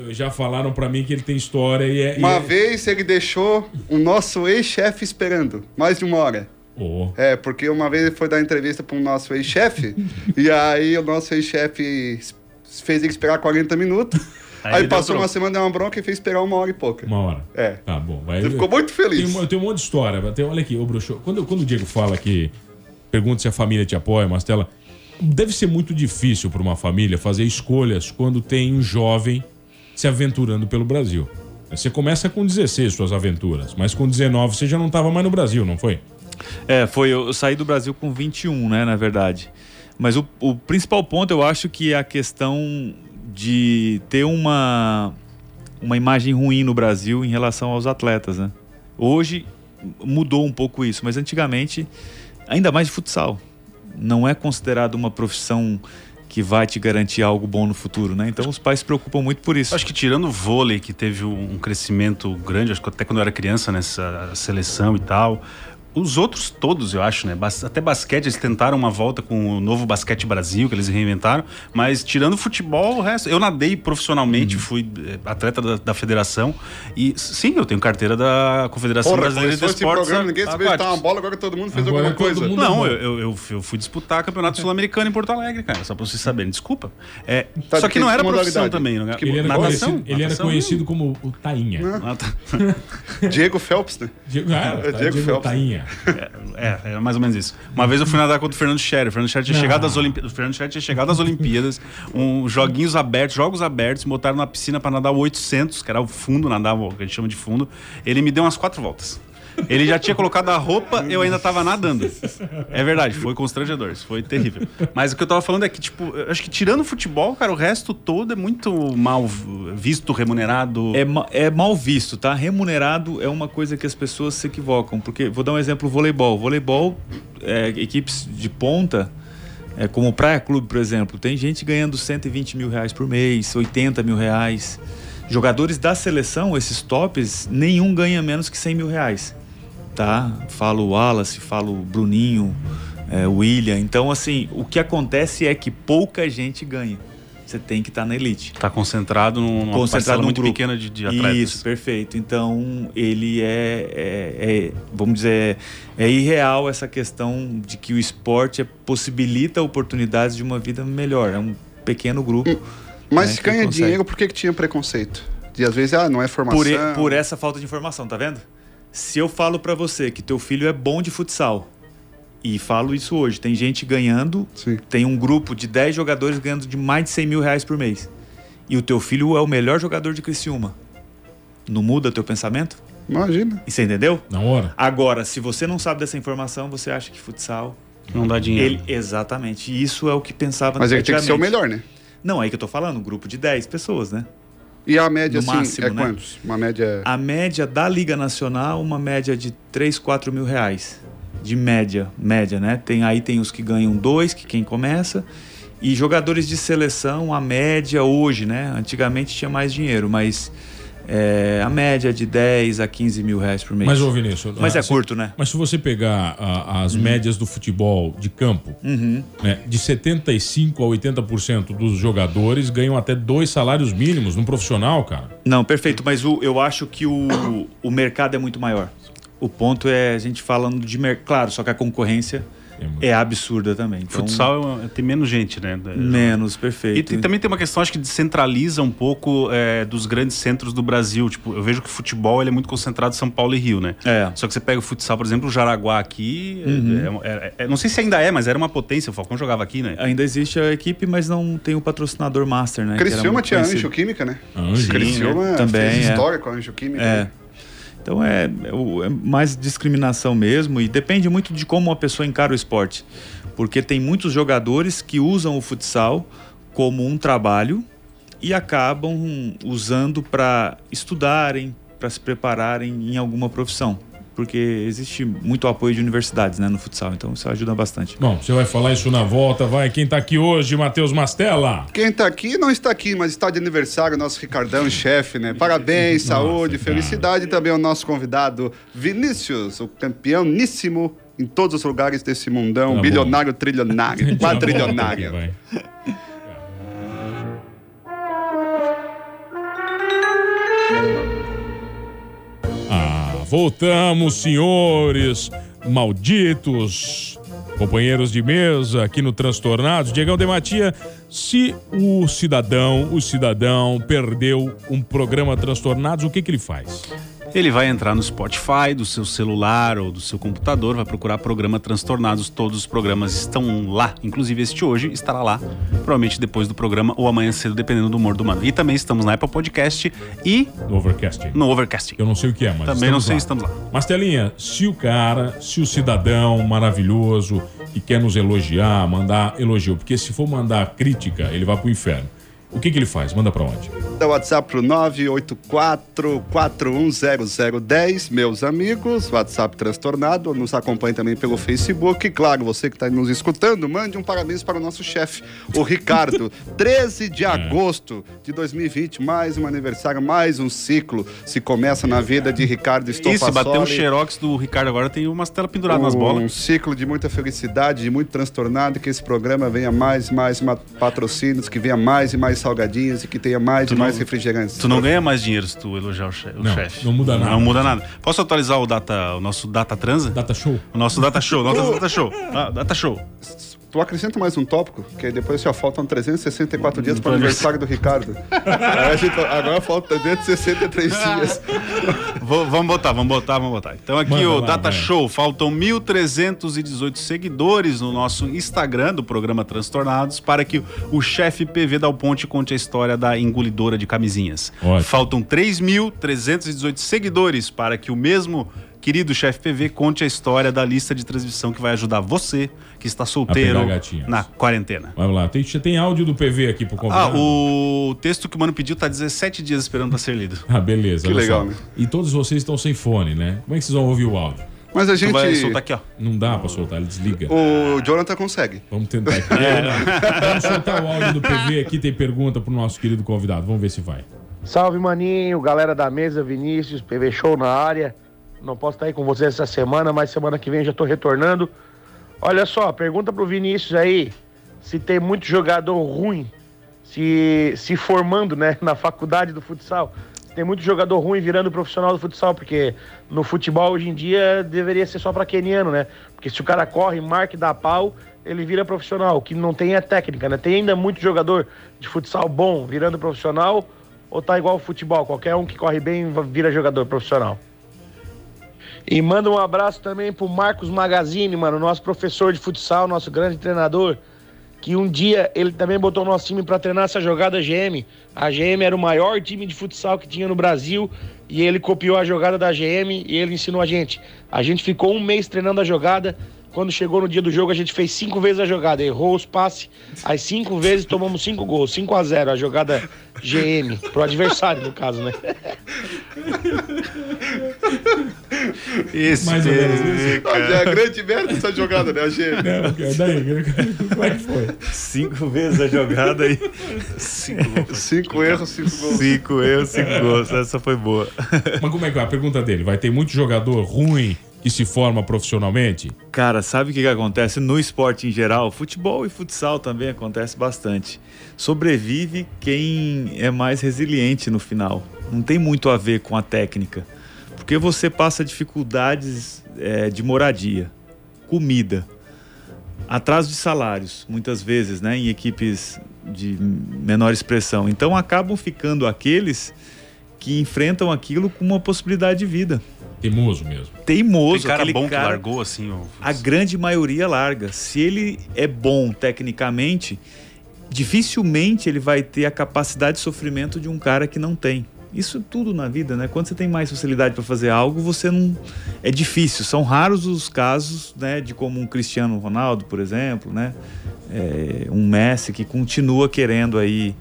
Speaker 4: Já falaram pra mim que ele tem história e é. e
Speaker 3: Uma
Speaker 4: é-
Speaker 3: vez ele deixou um o nosso ex-chefe esperando, mais de uma hora.
Speaker 4: Ô,
Speaker 3: É, porque uma vez ele foi dar entrevista para o nosso ex-chefe, e aí o nosso ex-chefe es- fez ele esperar 40 minutos.
Speaker 9: Aí
Speaker 3: Aí,
Speaker 9: ele
Speaker 3: passou
Speaker 9: deu
Speaker 3: uma semana, deu uma bronca e fez esperar uma hora e pouca.
Speaker 4: uma hora.
Speaker 3: É.
Speaker 4: Tá bom. Vai,
Speaker 3: Ele ficou muito feliz.
Speaker 4: Tem, um- eu tenho um monte de história. mas Tem, olha aqui, ô Bruxo. Quando, quando o Diego fala que. Pergunta se a família te apoia, Mastela. Deve ser muito difícil pra uma família fazer escolhas quando tem um jovem se aventurando pelo Brasil. Você começa com 16 suas aventuras, mas com 19 você já não estava mais no Brasil, não foi?
Speaker 10: É, foi. Eu, eu saí do Brasil com 21, né, na verdade. Mas o, o principal ponto eu acho que é a questão de ter uma, uma imagem ruim no Brasil em relação aos atletas, né? Hoje mudou um pouco isso, mas antigamente, ainda mais de futsal, não é considerado uma profissão que vai te garantir algo bom no futuro, né? Então os pais se preocupam muito por isso.
Speaker 9: Acho que tirando o vôlei, que teve um crescimento grande, acho que até quando eu era criança nessa seleção e tal. Os outros todos, eu acho, né? Bas- Até basquete, eles tentaram uma volta com o novo Basquete Brasil, que eles reinventaram. Mas tirando o futebol, o resto. Eu nadei profissionalmente,
Speaker 3: Uhum.
Speaker 9: fui eh, atleta da, da federação. E sim, eu tenho carteira da Confederação
Speaker 3: Porra,
Speaker 9: Brasileira de
Speaker 3: começou esse
Speaker 9: Esportes.
Speaker 3: programa, ninguém sabia chutar
Speaker 9: Aquáticos.
Speaker 3: uma bola, agora todo mundo fez
Speaker 4: Agora
Speaker 3: alguma
Speaker 4: todo
Speaker 3: coisa.
Speaker 4: mundo-
Speaker 9: Tá, Não,
Speaker 4: bom.
Speaker 9: eu, eu, eu fui disputar campeonato
Speaker 3: É.
Speaker 9: sul-americano em Porto Alegre, cara, só pra vocês saberem. Desculpa. É,
Speaker 3: Tá,
Speaker 9: só
Speaker 3: de
Speaker 9: que não
Speaker 3: que
Speaker 9: era profissão
Speaker 3: modalidade?
Speaker 9: também. Não era,
Speaker 4: Ele era
Speaker 9: natação?
Speaker 4: conhecido, ele era
Speaker 9: Natação? Ah, tá.
Speaker 4: conhecido como o Tainha.
Speaker 9: Nata-
Speaker 4: <laughs>
Speaker 3: Diego Phelps, né?
Speaker 4: Diego, ah,
Speaker 3: É,
Speaker 4: tá,
Speaker 3: Diego
Speaker 4: Diego
Speaker 3: Phelps.
Speaker 4: Tainha.
Speaker 9: É, era mais ou menos isso. Uma vez eu fui nadar contra o Fernando Scherer. O Fernando Scherer tinha,
Speaker 4: Não.
Speaker 9: chegado às Olimpí- o Fernando Scherer tinha chegado às Olimpíadas, um, joguinhos abertos, jogos abertos, me botaram na piscina pra nadar o 800, que era o fundo, nadava, o que a gente chama de fundo. Ele me deu umas quatro voltas. Ele já tinha colocado a roupa, eu ainda tava nadando. É verdade, foi constrangedor, isso foi terrível. Mas o que eu tava falando é que, tipo, eu acho que tirando o futebol, cara, o resto todo é muito mal visto, remunerado.
Speaker 10: É, ma- é mal visto, tá? Remunerado é uma coisa que as pessoas se equivocam. Porque, vou dar um exemplo, voleibol. Voleibol, é, equipes de ponta, é, como o Praia Clube, por exemplo, tem gente ganhando 120 mil reais por mês, 80 mil reais. Jogadores da seleção, esses tops, nenhum ganha menos que 100 mil reais, tá? Falo o Wallace, falo o Bruninho, é, o William. Então, assim, o que acontece é que pouca gente ganha. Você tem que estar na elite
Speaker 9: Tá concentrado num- numa parcela
Speaker 10: concentrado num
Speaker 9: muito
Speaker 10: grupo.
Speaker 9: pequena de, de atletas.
Speaker 10: Isso, perfeito. Então, ele é, é- é- vamos dizer, é irreal essa questão de que o esporte é- possibilita oportunidades de uma vida melhor. É um pequeno grupo.
Speaker 3: Mas
Speaker 9: É,
Speaker 10: né,
Speaker 3: se
Speaker 10: que
Speaker 3: ganha
Speaker 10: consegue.
Speaker 3: dinheiro, por que, que tinha preconceito? E às vezes, ah, não é formação.
Speaker 10: Por, e- por essa falta de informação, tá vendo? Se eu falo pra você que teu filho é bom de futsal, e falo isso hoje, tem gente ganhando,
Speaker 3: Sim.
Speaker 10: tem um grupo de 10 jogadores ganhando de mais de 100 mil reais por mês, e o teu filho é o melhor jogador de Criciúma. Não muda teu pensamento?
Speaker 3: Imagina.
Speaker 10: E Você entendeu?
Speaker 4: Na hora.
Speaker 10: Agora, se você não sabe dessa informação, você acha que futsal.
Speaker 9: Não dá dinheiro.
Speaker 10: Ele, exatamente. E isso é o que pensava
Speaker 3: Mas ele tem que ser o
Speaker 10: antigamente.
Speaker 3: melhor, né?
Speaker 10: Não, é aí que eu tô falando, um grupo de 10 pessoas, né?
Speaker 3: E a média,
Speaker 10: No
Speaker 3: assim,
Speaker 10: máximo,
Speaker 3: é
Speaker 10: né?
Speaker 3: quantos? Uma média.
Speaker 10: A média da Liga Nacional, uma média de 3, 4 mil reais. De média, média, né? Tem, aí tem os que ganham dois, que quem começa. E jogadores de seleção, a média hoje, né? Antigamente tinha mais dinheiro, mas é, a média de 10 a 15 mil reais por mês.
Speaker 4: Mas, ô Vinícius.
Speaker 10: Mas
Speaker 4: ah,
Speaker 10: é
Speaker 4: se-
Speaker 10: curto, né?
Speaker 4: Mas se você pegar ah, as médias do futebol de campo,
Speaker 10: Uhum.
Speaker 4: né, de 75% a 80% dos jogadores ganham até dois salários mínimos num profissional, cara.
Speaker 10: Não, perfeito, mas o- eu acho que o, o mercado é muito maior. O ponto é a gente falando de mercado, claro, só que a concorrência é absurda também. Então,
Speaker 9: Futsal é uma- tem menos gente, né?
Speaker 10: Menos, né? perfeito.
Speaker 9: E tem- também tem uma questão, acho que descentraliza um pouco é, dos grandes centros do Brasil. Tipo, eu vejo que o futebol ele é muito concentrado em São Paulo e Rio, né?
Speaker 10: É.
Speaker 9: Só que você pega o futsal, por exemplo, o Jaraguá aqui.
Speaker 10: Uhum.
Speaker 9: é- é- é- não sei se ainda é, mas era uma potência. O Falcão jogava aqui, né?
Speaker 10: Ainda existe a equipe, mas não tem o patrocinador master, né? que era
Speaker 3: Criciúma
Speaker 10: muito
Speaker 3: tinha
Speaker 10: conhecido.
Speaker 3: Anjo Química, né?
Speaker 10: Anjo.
Speaker 3: Criciúma
Speaker 10: Sim, também,
Speaker 3: fez
Speaker 10: é.
Speaker 3: história com a Anjo Química.
Speaker 10: É.
Speaker 3: né?
Speaker 10: Então é, é o- é mais discriminação mesmo e depende muito de como a pessoa encara o esporte. Porque tem muitos jogadores que usam o futsal como um trabalho e acabam usando para estudarem, para se prepararem em alguma profissão. Porque existe muito apoio de universidades né, no futsal, então isso ajuda bastante.
Speaker 4: Bom, você vai falar isso na volta, vai. Quem tá aqui hoje, Matheus Mastella?
Speaker 3: Quem tá aqui não está aqui, mas está de aniversário, nosso Ricardão, chefe, né? Parabéns, saúde, felicidade também ao nosso convidado Vinícius, o campeoníssimo em todos os lugares desse mundão,
Speaker 4: Tá
Speaker 3: bilionário,
Speaker 10: <laughs> Tá
Speaker 3: trilionário, quadrilionário.
Speaker 4: é Vai. Ah, voltamos, senhores, malditos, companheiros de mesa aqui no Transtornados. Diegão de Matia, se o cidadão, o cidadão perdeu um programa Transtornados, o que que ele faz?
Speaker 9: Ele vai entrar no Spotify do seu celular ou do seu computador, vai procurar programa Transtornados. Todos os programas estão lá, inclusive este hoje estará lá, provavelmente depois do programa ou amanhã cedo, dependendo do humor do mano. E também estamos na Apple Podcast e
Speaker 4: No Overcast.
Speaker 9: no Overcast.
Speaker 4: Eu não sei o que é, mas
Speaker 9: Também não sei,
Speaker 4: estamos
Speaker 9: estamos
Speaker 4: lá.
Speaker 9: lá.
Speaker 4: Mas Telinha, se o cara, se o cidadão maravilhoso que quer nos elogiar, mandar elogio, porque se for mandar crítica, ele vai pro inferno. O que que ele faz? Manda pra onde?
Speaker 3: Dá o WhatsApp pro 984-410010, meus amigos. WhatsApp transtornado. Nos acompanhe também pelo Facebook. E claro, você que está nos escutando, mande um parabéns para o nosso chefe, o
Speaker 9: <laughs>
Speaker 3: Ricardo. 13 de
Speaker 9: Hum.
Speaker 3: agosto de 2020, mais um aniversário, mais um ciclo. Se começa na vida de Ricardo Estopassoli.
Speaker 9: Isso, bateu um xerox do Ricardo agora, tem umas telas penduradas nas
Speaker 3: Um
Speaker 9: bolas.
Speaker 3: ciclo de muita felicidade, de muito transtornado, que esse programa venha mais e mais ma- patrocínios, que venha mais e mais salgadinhos e que tenha mais e
Speaker 9: não-
Speaker 3: mais refrigerantes.
Speaker 9: Tu não ganha mais dinheiro se tu elogiar o chefe.
Speaker 4: Não, não muda nada.
Speaker 9: Não muda nada. Posso atualizar o, data, o nosso Data Transa?
Speaker 4: Data show?
Speaker 9: O nosso Data Show, nosso Data Show. Ah, data Show.
Speaker 3: Tu acrescenta mais um tópico, que aí depois já faltam 364 dias
Speaker 9: Hum,
Speaker 3: para o aniversário do Ricardo. Aí a gente fala, agora falta 263 dias.
Speaker 9: <laughs> Vou- vamos botar, vamos botar, vamos botar. Então aqui
Speaker 4: Manda
Speaker 9: o
Speaker 4: lá,
Speaker 9: Data
Speaker 4: vai.
Speaker 9: Show, faltam 1.318 seguidores no nosso Instagram do programa Transtornados para que o chefe PV Dal Ponte conte a história da engolidora de camisinhas.
Speaker 4: Ótimo.
Speaker 9: Faltam 3.318 seguidores para que o mesmo querido chefe PV conte a história da lista de transmissão que vai ajudar você que está solteiro
Speaker 4: pegar gatinhas.
Speaker 9: na quarentena.
Speaker 4: Vai lá, tem, tem áudio do PV aqui pro
Speaker 9: Ah,
Speaker 4: convidado.
Speaker 9: o texto que o mano pediu tá 17 dias esperando para ser lido.
Speaker 4: Ah, beleza.
Speaker 3: Que
Speaker 4: olha
Speaker 3: legal,
Speaker 4: só.
Speaker 3: né?
Speaker 4: E todos vocês estão sem fone, né? Como é que vocês vão ouvir o áudio?
Speaker 3: Mas a
Speaker 9: Tu
Speaker 3: gente.
Speaker 9: vai soltar Tá aqui, ó.
Speaker 4: Não dá pra soltar, ele desliga.
Speaker 3: O Jonathan consegue. É.
Speaker 4: Vamos tentar
Speaker 3: <laughs>
Speaker 4: aqui. Vamos soltar o áudio do PV aqui, tem pergunta pro nosso querido convidado. Vamos ver se vai.
Speaker 11: Salve, maninho, galera da mesa, Vinícius, PV Show na área. Não posso estar aí com vocês essa semana, mas semana que vem já tô retornando. Olha só, pergunta pro Vinícius aí se tem muito jogador ruim se, se formando, né, na faculdade do futsal. Se Tem muito jogador ruim virando profissional do futsal, porque no futebol hoje em dia deveria ser só pra keniano, né? Porque se o cara corre, marca e dá pau, ele vira profissional, que não tem a técnica, né? Tem ainda muito jogador de futsal bom virando profissional ou tá igual ao futebol? Qualquer um que corre bem vira jogador profissional. E manda um abraço também pro Marcos Magazine, mano, nosso professor de futsal, nosso grande treinador, que um dia ele também botou o nosso time pra treinar essa jogada GM. A GM era o maior time de futsal que tinha no Brasil e ele copiou a jogada da GM e ele ensinou a gente. A gente ficou um mês treinando a jogada. Quando chegou no dia do jogo, a gente fez cinco vezes a jogada, errou os passes, as cinco vezes tomamos cinco gols, 5 a 0 a jogada GM, pro adversário, no caso, né?
Speaker 9: Esse
Speaker 4: Mais ou menos
Speaker 9: PV,
Speaker 4: isso.
Speaker 3: É a grande merda essa jogada, né? A gente.
Speaker 4: É, daí, como é que foi?
Speaker 10: Cinco vezes a jogada e
Speaker 9: Cinco,
Speaker 3: Cinco erros, cinco gols.
Speaker 10: cinco eu, cinco gols. Essa foi boa.
Speaker 4: Mas como é que é a pergunta dele? Vai ter muito jogador ruim que se forma profissionalmente?
Speaker 10: Cara, sabe o que, que acontece no esporte em geral? Futebol e futsal também acontece bastante. Sobrevive quem é mais resiliente no final. Não tem muito a ver com a técnica. Porque você passa dificuldades eh, de moradia, é, comida, atraso de salários, muitas vezes, né, em equipes de menor expressão. Então acabam ficando aqueles que enfrentam aquilo com uma possibilidade de vida.
Speaker 4: Teimoso mesmo.
Speaker 10: Teimoso,
Speaker 9: Tem cara
Speaker 10: aquele
Speaker 9: bom que
Speaker 10: cara-
Speaker 9: largou assim, ó.
Speaker 10: A grande maioria larga. Se ele é bom tecnicamente, dificilmente ele vai ter a capacidade de sofrimento de um cara que não tem. Isso tudo na vida, né? Quando você tem mais facilidade para fazer algo, você não é difícil. São raros os casos, né, de como um Cristiano Ronaldo, por exemplo, né, É, um Messi que continua querendo aí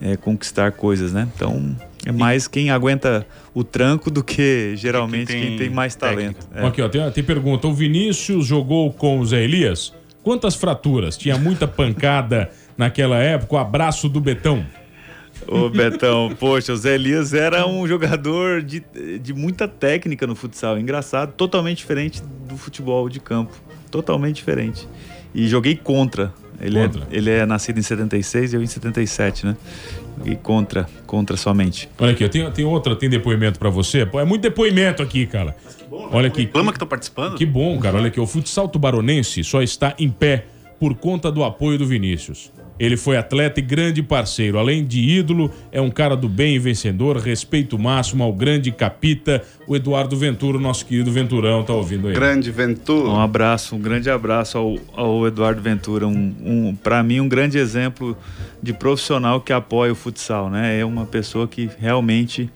Speaker 10: é, conquistar coisas, né? Então é mais quem aguenta o tranco do que geralmente quem tem mais talento. É.
Speaker 4: Aqui, ó, tem, tem pergunta. O Vinícius jogou com o Zé Elias? Quantas fraturas? Tinha muita pancada <laughs> naquela época. O abraço do Betão.
Speaker 10: Ô Betão, poxa, o Zé Elias era um jogador de, de muita técnica no futsal. Engraçado, totalmente diferente do futebol de campo. Totalmente diferente. E joguei contra. Ele, É, ele é nascido em 76 e eu em 77, né? Joguei contra, contra somente.
Speaker 4: Olha aqui, ó, tem, tem outra, tem depoimento pra você. Pô, É muito depoimento aqui, cara. Olha aqui. Reclama
Speaker 9: que tô participando.
Speaker 4: Que bom, cara. Olha aqui, o futsal tubaronense só está em pé por conta do apoio do Vinícius. Ele foi atleta e grande parceiro. Além de ídolo, é um cara do bem e vencedor. Respeito máximo ao grande capita, o Eduardo Ventura, nosso querido Venturão, tá ouvindo aí.
Speaker 3: Grande Ventura.
Speaker 10: Um abraço, um grande abraço ao, ao Eduardo Ventura, um, um para mim um grande exemplo de profissional que apoia o futsal, né? É uma pessoa que realmente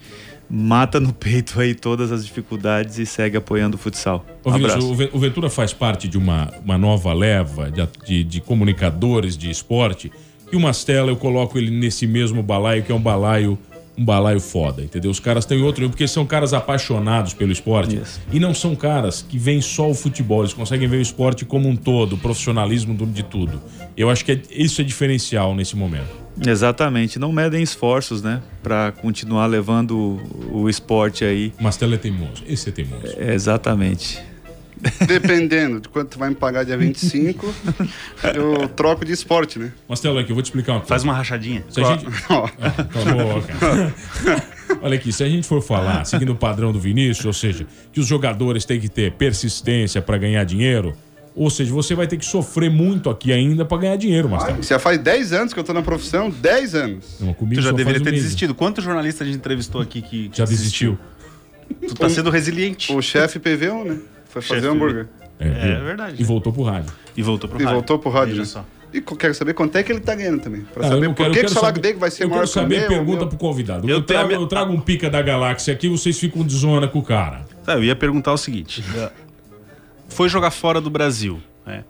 Speaker 10: mata no peito aí todas as dificuldades e segue apoiando o futsal.
Speaker 4: Ô,
Speaker 10: Um
Speaker 4: Vinícius,
Speaker 10: abraço.
Speaker 4: o Ve- o Ventura faz parte de uma, uma nova leva de, at- de- de comunicadores de esporte. E o Mastella, eu coloco ele nesse mesmo balaio, que é um balaio um balaio foda, entendeu? Os caras têm outro, porque são caras apaixonados pelo esporte. E não são caras que veem só o futebol, eles conseguem ver o esporte como um todo, o profissionalismo do- de tudo. Eu acho que é- isso é diferencial nesse momento.
Speaker 10: Exatamente, não medem esforços, né, Pra continuar levando o- o esporte aí.
Speaker 4: Mastella é teimoso, esse é teimoso.
Speaker 10: É, exatamente.
Speaker 3: Dependendo de quanto tu vai me pagar dia 25, eu troco de esporte, né?
Speaker 4: Mastella, aqui, eu vou te explicar uma coisa.
Speaker 9: Faz uma rachadinha.
Speaker 4: Se a gente... Ah, cala a boca. <laughs> Olha aqui, se a gente for falar, seguindo o padrão do Vinícius, ou seja, que os jogadores têm que ter persistência para ganhar dinheiro, ou seja, você vai ter que sofrer muito aqui ainda para ganhar dinheiro, Marcelo.
Speaker 3: Já faz 10 anos que eu tô na profissão, 10 anos.
Speaker 4: Não, comigo
Speaker 9: Tu já
Speaker 4: só
Speaker 9: deveria
Speaker 4: faz o
Speaker 9: ter
Speaker 4: mesmo.
Speaker 9: desistido. Quantos jornalistas a gente entrevistou aqui que.
Speaker 4: Já desistiu.
Speaker 9: Tu
Speaker 3: Um-
Speaker 9: tá sendo resiliente.
Speaker 3: O chefe PV1, né? Foi fazer
Speaker 9: Chefe
Speaker 3: hambúrguer.
Speaker 4: É,
Speaker 9: É verdade.
Speaker 4: E voltou pro rádio.
Speaker 9: E voltou pro
Speaker 3: E
Speaker 9: rádio.
Speaker 3: voltou pro rádio.
Speaker 9: Ah, Veja
Speaker 3: né?
Speaker 9: só.
Speaker 3: E co- quero saber quanto é que ele tá ganhando também. Pra
Speaker 4: Cara, eu
Speaker 3: saber
Speaker 4: não
Speaker 3: por
Speaker 4: quero-
Speaker 3: que,
Speaker 4: eu
Speaker 3: que o
Speaker 4: quero
Speaker 3: salário
Speaker 4: saber-
Speaker 3: dele vai ser
Speaker 4: Eu
Speaker 3: maior
Speaker 4: quero
Speaker 3: que o
Speaker 4: saber,
Speaker 3: meu.
Speaker 4: pergunta pro convidado. Eu,
Speaker 9: Eu tenho a
Speaker 4: trago,
Speaker 9: minha-
Speaker 4: eu trago um pica da galáxia aqui, vocês ficam de zona com o cara.
Speaker 9: Tá, eu ia perguntar o seguinte:
Speaker 3: É.
Speaker 9: foi jogar fora do Brasil, né?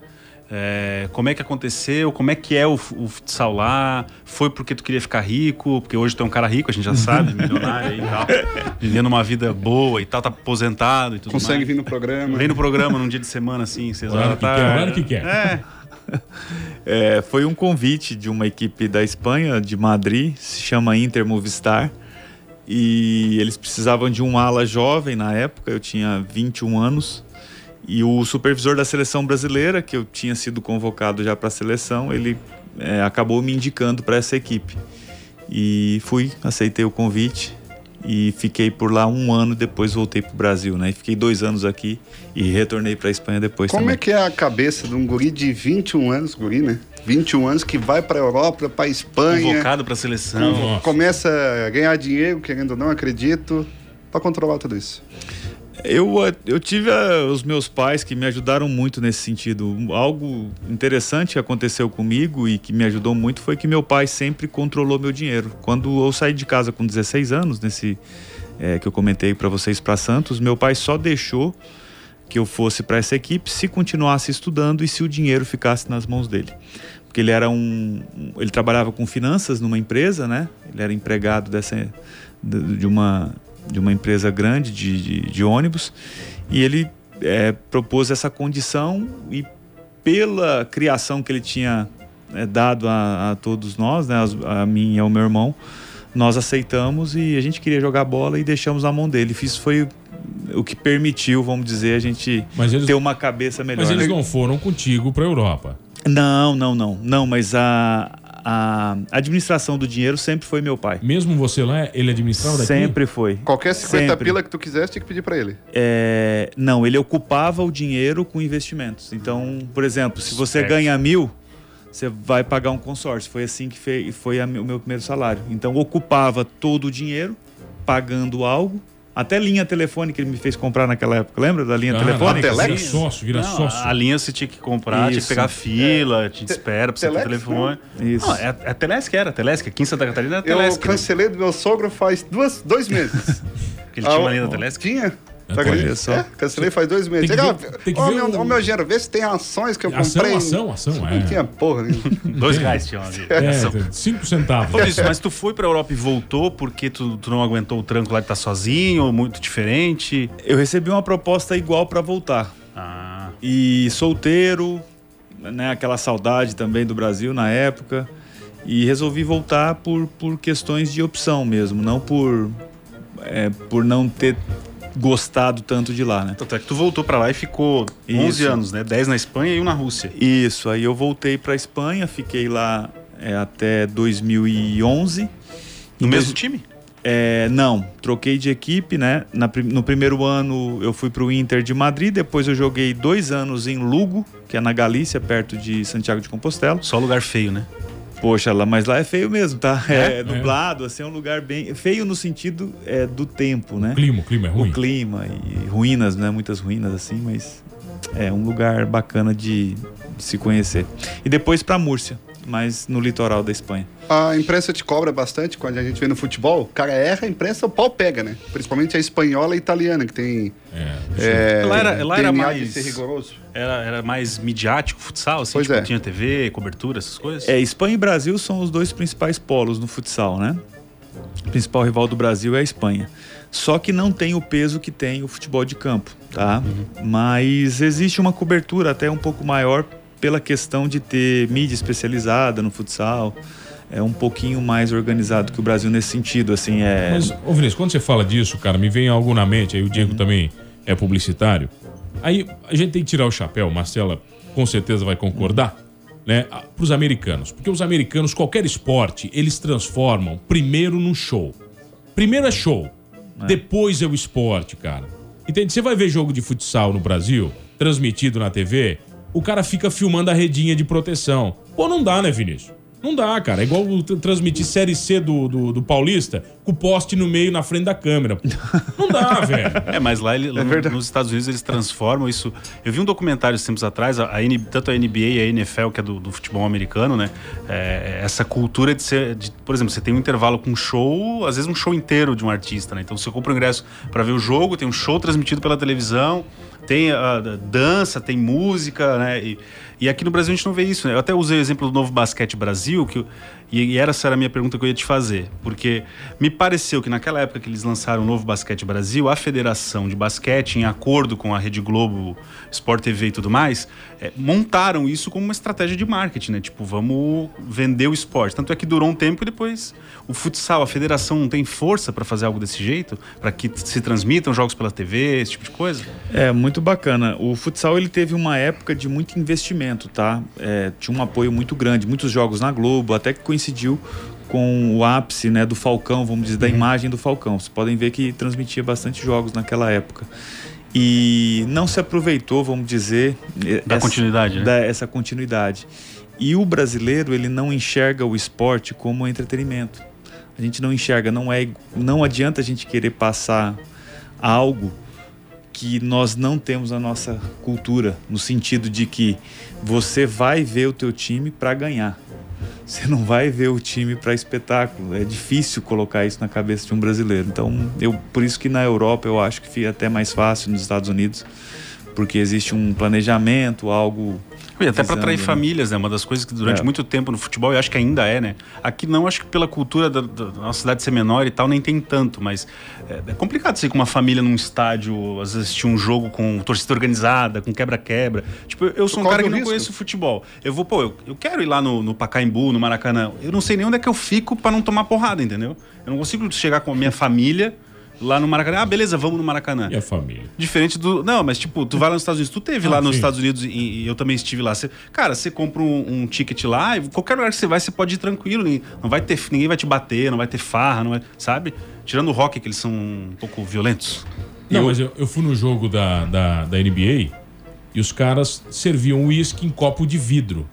Speaker 9: É, como é que aconteceu? Como é que é o, fu- o futsal lá? Foi porque tu queria ficar rico? Porque hoje tu é um cara rico, a gente já
Speaker 3: <laughs>
Speaker 9: sabe, milionário aí e tal. Vivendo uma vida boa e tal, tá aposentado e tudo
Speaker 3: Consegue
Speaker 9: mais.
Speaker 3: vir no programa.
Speaker 9: Vem no programa num dia de semana, assim, seis
Speaker 4: Horário
Speaker 9: horas da
Speaker 4: que quer,
Speaker 9: tarde.
Speaker 4: horário que quer.
Speaker 9: É.
Speaker 10: É, foi um convite de uma equipe da Espanha, de Madrid, se chama Inter Movistar. E eles precisavam de um ala jovem na época, eu tinha 21 anos. E o supervisor da seleção brasileira, que eu tinha sido convocado já para a seleção, ele é, acabou me indicando para essa equipe. E fui, aceitei o convite e fiquei por lá um ano. Depois voltei para o Brasil, né? E fiquei dois anos aqui e retornei para a Espanha depois
Speaker 3: Como
Speaker 10: também.
Speaker 3: é que é a cabeça de um guri de 21 anos, guri, né? 21 anos que vai pra Europa, pra Espanha.
Speaker 9: Convocado pra seleção.
Speaker 3: com- Começa a ganhar dinheiro, querendo ou não, acredito. Pra controlar tudo isso.
Speaker 10: Eu, eh, eu tive eh, os meus pais que me ajudaram muito nesse sentido. Algo interessante que aconteceu comigo e que me ajudou muito foi que meu pai sempre controlou meu dinheiro. Quando eu saí de casa com 16 anos, nesse eh, que eu comentei para vocês para Santos, meu pai só deixou que eu fosse para essa equipe se continuasse estudando e se o dinheiro ficasse nas mãos dele. Porque ele era um, um- ele trabalhava com finanças numa empresa, né? Ele era empregado dessa de de uma de uma empresa grande de, de, de ônibus e ele eh, propôs essa condição e pela criação que ele tinha eh, dado a, a todos nós, né, as- a mim e ao meu irmão, nós aceitamos e a gente queria jogar bola e deixamos na mão dele. Isso foi o que permitiu, vamos dizer, a gente
Speaker 4: Mas eles-
Speaker 10: ter uma cabeça melhor.
Speaker 4: Mas eles
Speaker 10: né?
Speaker 4: não foram contigo pra Europa.
Speaker 10: Não, não, não. Não, mas a, a administração do dinheiro sempre foi meu pai.
Speaker 4: Mesmo você lá, ele administrava Então, daqui?
Speaker 10: Sempre foi.
Speaker 3: Qualquer 50
Speaker 10: Sempre.
Speaker 3: pila que tu quisesse, tinha que pedir pra ele.
Speaker 10: É, não, ele ocupava o dinheiro com investimentos. Então, por exemplo, se você
Speaker 3: Esperto.
Speaker 10: ganha mil, você vai pagar um consórcio. Foi assim que fe- foi a mi- o meu primeiro salário. Então, ocupava todo o dinheiro, pagando algo. Até linha telefone que ele me fez comprar naquela época. Lembra da linha
Speaker 9: Ah,
Speaker 10: telefone?
Speaker 9: Telex?
Speaker 10: telefone?
Speaker 9: Vira sócio, vira Não, sócio. a linha você tinha que comprar, tinha que pegar fila, te espera pra você ter o
Speaker 3: Telex,
Speaker 9: telefone.
Speaker 10: Isso.
Speaker 9: Não, é, é Telesc, era Telesc. Aqui em Santa Catarina era
Speaker 3: Eu
Speaker 9: Telesc. né?
Speaker 3: cancelei do meu sogro faz duas, dois meses.
Speaker 9: Porque <laughs> ele tinha
Speaker 3: Ah,
Speaker 9: uma linha da
Speaker 3: ó,
Speaker 9: Telesc.
Speaker 3: Tinha.
Speaker 9: É,
Speaker 3: Tá acredita?
Speaker 9: olha só.
Speaker 3: É, cancelei faz dois meses.
Speaker 9: Tem que
Speaker 3: Olha,
Speaker 9: ver o-
Speaker 3: ó,
Speaker 9: tem que
Speaker 3: ó,
Speaker 9: ver
Speaker 3: meu,
Speaker 9: o-
Speaker 3: ó, meu gênero, vê se tem ações que eu
Speaker 4: Ação,
Speaker 3: comprei.
Speaker 4: ação, ação, é.
Speaker 3: Não tinha porra nenhuma.
Speaker 9: <laughs> Dois reais tinha uma vez. Ação.
Speaker 4: É, cinco centavos.
Speaker 9: <laughs> Ô, Vinícius, mas tu foi pra Europa e voltou porque tu, tu não aguentou o tranco lá de estar sozinho, muito diferente?
Speaker 10: Eu recebi uma proposta igual pra voltar.
Speaker 9: Ah.
Speaker 10: E solteiro, né, aquela saudade também do Brasil na época. E resolvi voltar por, por questões de opção mesmo, não por é, por não ter gostado tanto de lá, né?
Speaker 9: Tanto é que tu voltou pra lá e ficou 11 anos, né? 10 na Espanha e um na Rússia.
Speaker 10: Isso, aí eu voltei pra Espanha, fiquei lá é, até 2011.
Speaker 9: No
Speaker 10: Em
Speaker 9: mesmo
Speaker 10: dois-
Speaker 9: time?
Speaker 10: É, não, troquei de equipe, né? Na pri- no primeiro ano eu fui pro Inter de Madrid, depois eu joguei dois anos em Lugo, que é na Galícia, perto de Santiago de Compostela.
Speaker 9: Só lugar feio, né?
Speaker 10: Poxa, lá, mas lá é feio mesmo, tá? É,
Speaker 4: É?
Speaker 10: nublado, assim, é um lugar bem. Feio no sentido é, do tempo, né?
Speaker 4: O clima, o clima é ruim.
Speaker 10: O clima e ruínas, né? Muitas ruínas, assim, mas é um lugar bacana de, de se conhecer. E depois pra Múrcia, mas no litoral da Espanha.
Speaker 3: A imprensa te cobra bastante quando a gente vê no futebol. O cara erra, então a imprensa, o pau pega, né? Principalmente a espanhola e a italiana, que tem. É,
Speaker 9: ela era, ela era
Speaker 3: DNA de
Speaker 9: mais.
Speaker 3: ser rigoroso.
Speaker 9: Era, era mais midiático, futsal, assim,
Speaker 3: é.
Speaker 9: tipo, tinha TV, cobertura, essas coisas.
Speaker 10: É, Espanha e Brasil são os dois principais polos no futsal, né? O principal rival do Brasil é a Espanha. Só que não tem o peso que tem o futebol de campo, tá? Mas existe uma cobertura até um pouco maior pela questão de ter mídia especializada no futsal. É um pouquinho mais organizado que o Brasil nesse sentido, assim, é...
Speaker 4: Mas, ô Vinícius, quando você fala disso, cara, me vem algo na mente, aí o Diego também é publicitário. Aí a gente tem que tirar o chapéu, Marcela com certeza vai concordar, né? Para os americanos. Porque os americanos, qualquer esporte, eles transformam primeiro num show. Primeiro é show, depois é o esporte, cara. Entende? Você vai ver jogo de futsal no Brasil, transmitido na TV, o cara fica filmando a redinha de proteção. Pô, não dá, né, Vinícius? Não dá, cara. É igual o tr- transmitir Série C do, do, do Paulista com o poste no meio na frente da câmera. Não dá, velho.
Speaker 9: É, mas lá, ele- no- nos Estados Unidos eles transformam isso. Eu vi um documentário esses tempos atrás, a, a N- tanto a NBA e a NFL, que é do, do futebol americano, né? É, essa cultura de ser. de- por exemplo, você tem um intervalo com um show, às vezes um show inteiro de um artista, né? Então você compra o ingresso pra ver o jogo, tem um show transmitido pela televisão, tem ah, dança, tem música, né? E, e aqui no Brasil a gente não vê isso, né? Eu até usei o exemplo do Novo Basquete Brasil, que, eu- e, e era, essa era a minha pergunta que eu ia te fazer. Porque me pareceu que naquela época que eles lançaram o Novo Basquete Brasil, a Federação de Basquete, em acordo com a Rede Globo, Sport TV e tudo mais, eh, montaram isso como uma estratégia de marketing, né? Tipo, vamos vender o esporte. Tanto é que durou um tempo e depois o futsal, a federação não tem força pra fazer algo desse jeito? pra que se transmitam jogos pela TV, esse tipo de coisa?
Speaker 10: É, muito bacana. O futsal ele teve uma época de muito investimento, tá? É, tinha um apoio muito grande, muitos jogos na Globo, até que coincidiu com o ápice né, do Falcão, vamos dizer, da
Speaker 9: Uhum.
Speaker 10: imagem do Falcão. Vocês podem ver que transmitia bastante jogos naquela época. E não se aproveitou, vamos dizer... eh,
Speaker 9: Da continuidade, né?
Speaker 10: da- essa continuidade. E o brasileiro, ele não enxerga o esporte como entretenimento. A gente não enxerga, não é... Não adianta a gente querer passar algo que nós não temos na nossa cultura, no sentido de que você vai ver o teu time para ganhar. Você não vai ver o time para espetáculo. É difícil colocar isso na cabeça de um brasileiro. Então, eu por isso que na Europa eu acho que fica até mais fácil nos Estados Unidos, porque existe um planejamento, algo
Speaker 9: E até para atrair
Speaker 10: visando, né?
Speaker 9: famílias, né? Uma das coisas que durante
Speaker 10: É.
Speaker 9: muito tempo no futebol, eu acho que ainda é, né? Aqui não, acho que pela cultura da, da nossa cidade ser menor e tal, nem tem tanto, mas é, é complicado você ir com uma família num estádio, às vezes assistir um jogo com torcida organizada, com quebra-quebra. Tipo, eu, eu sou um
Speaker 3: corre
Speaker 9: cara que
Speaker 3: o
Speaker 9: não
Speaker 3: risco.
Speaker 9: conheço futebol. Eu vou, pô, eu, eu quero ir lá no, no Pacaembu, no Maracanã. Eu não sei nem onde é que eu fico para não tomar porrada, entendeu? Eu não consigo chegar com a minha família
Speaker 10: lá no Maracanã. Ah, beleza, vamos no Maracanã.
Speaker 4: E a família?
Speaker 10: Diferente do. Não, mas tipo, tu vai lá nos Estados Unidos, tu teve
Speaker 4: Ah,
Speaker 10: lá nos
Speaker 4: sim.
Speaker 10: Estados Unidos e, e eu também estive lá. Você- cara, você compra um, um ticket lá, e qualquer lugar que você vai, você pode ir tranquilo. nem- Não vai ter, ninguém vai te bater, não vai ter farra, não vai, sabe? Tirando o rock, que eles são um pouco violentos.
Speaker 4: Não, mas eu, eu fui no jogo da, da, da NBA e os caras serviam uísque em copo de vidro.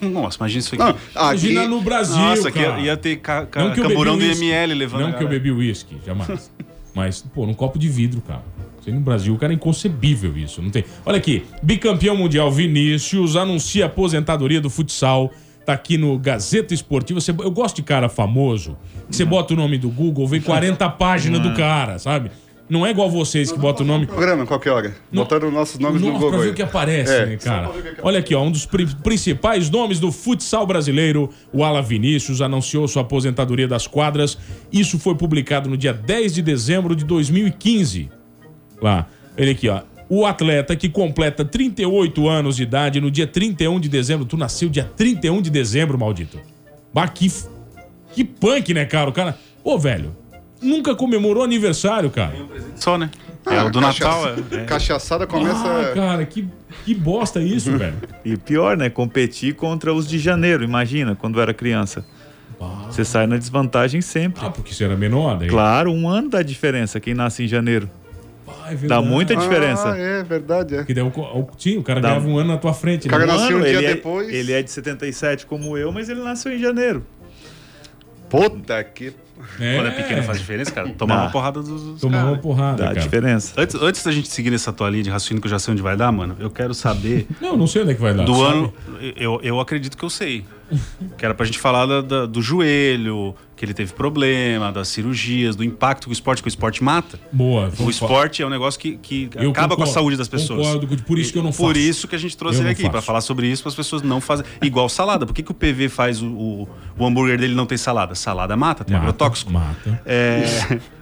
Speaker 10: Nossa, imagina isso aqui.
Speaker 4: Não, Imagina aqui- no Brasil,
Speaker 10: Nossa,
Speaker 4: cara.
Speaker 10: que ia, ia ter ca, ca,
Speaker 4: Não que eu
Speaker 10: camburão do
Speaker 4: bebi uísque.
Speaker 10: ML levando.
Speaker 4: Não
Speaker 10: a
Speaker 4: que eu
Speaker 10: galera.
Speaker 4: bebi uísque, jamais. <laughs> Mas, pô, num copo de vidro, cara. Isso aí no Brasil, cara, é inconcebível isso. Não tem. Olha aqui, bicampeão mundial Vinícius anuncia a aposentadoria do futsal. Tá aqui no Gazeta Esportiva. Você- eu gosto de cara famoso. que Você bota o nome do Google, vem
Speaker 10: <laughs>
Speaker 4: 40 páginas do cara, sabe? Não é igual vocês que botam o nome.
Speaker 3: Programa, qualquer hora. Botando nossos nomes no
Speaker 4: Nossa,
Speaker 3: Google.
Speaker 4: pra ver
Speaker 3: aí.
Speaker 4: o que aparece,
Speaker 3: É,
Speaker 4: né,
Speaker 3: só
Speaker 4: cara?
Speaker 3: pra ver o que aparece.
Speaker 4: Olha aqui, ó, um dos pri- principais nomes do futsal brasileiro, o Ala Vinícius, anunciou sua aposentadoria das quadras. Isso foi publicado no dia 10 de dezembro de 2015. Lá, ele aqui, ó. O atleta que completa 38 anos de idade no dia 31 de dezembro. Tu nasceu dia 31 de dezembro, maldito. Bah, que, f- que punk, né, cara? O cara. Ô, velho, nunca comemorou aniversário, cara.
Speaker 3: um
Speaker 10: Só, né?
Speaker 3: Ah,
Speaker 10: é.
Speaker 3: cachaça- Cachaçada começa.
Speaker 4: é- Ah, cara, que, que
Speaker 3: <laughs>
Speaker 4: bosta isso, velho.
Speaker 12: E pior, né? Competir contra os de janeiro, imagina, quando era criança. Você sai na desvantagem sempre.
Speaker 4: Ah, porque você era menor, daí.
Speaker 12: Claro, um ano dá diferença quem nasce em janeiro.
Speaker 4: Ah, é verdade.
Speaker 12: Dá muita diferença.
Speaker 3: Ah, é verdade, é.
Speaker 4: Que daí o, co- o, sim, o cara
Speaker 12: Dá-
Speaker 4: ganhava um ano na tua frente.
Speaker 12: O
Speaker 4: né?
Speaker 12: cara
Speaker 3: nasceu um dia
Speaker 12: ele
Speaker 3: depois.
Speaker 12: É, ele é de 77 como eu, mas ele nasceu em janeiro.
Speaker 3: Puta que.
Speaker 4: É.
Speaker 10: Quando é pequeno faz diferença, cara. Tomar
Speaker 12: Dá.
Speaker 10: uma porrada É dos. dos
Speaker 4: Tomar
Speaker 10: caras.
Speaker 4: uma porrada,
Speaker 12: Dá
Speaker 4: cara.
Speaker 12: diferença.
Speaker 10: Antes, antes da gente seguir nessa tua linha de raciocínio que eu já sei onde vai dar, mano, eu quero saber
Speaker 4: Não, não sei onde é que vai dar.
Speaker 10: do
Speaker 4: sabe?
Speaker 10: ano. Eu, eu acredito que eu sei. Que era pra gente falar da- da- do joelho, que ele teve problema, das cirurgias, do impacto que o esporte, que o esporte mata.
Speaker 4: Boa.
Speaker 10: O esporte é um negócio que, que
Speaker 4: Eu
Speaker 10: acaba com a
Speaker 4: concordo,
Speaker 10: saúde das pessoas.
Speaker 4: concordo, Guti, por isso que eu não
Speaker 10: E Por
Speaker 4: faço.
Speaker 10: isso que a gente trouxe
Speaker 4: Eu
Speaker 10: ele
Speaker 4: não
Speaker 10: aqui,
Speaker 4: faço.
Speaker 10: pra falar sobre isso, para as pessoas não fazem. Igual salada. Por que, que o PV faz o, o, o hambúrguer dele não tem salada? Salada mata, tem
Speaker 4: Mata,
Speaker 10: agrotóxico.
Speaker 4: Mata.
Speaker 10: É.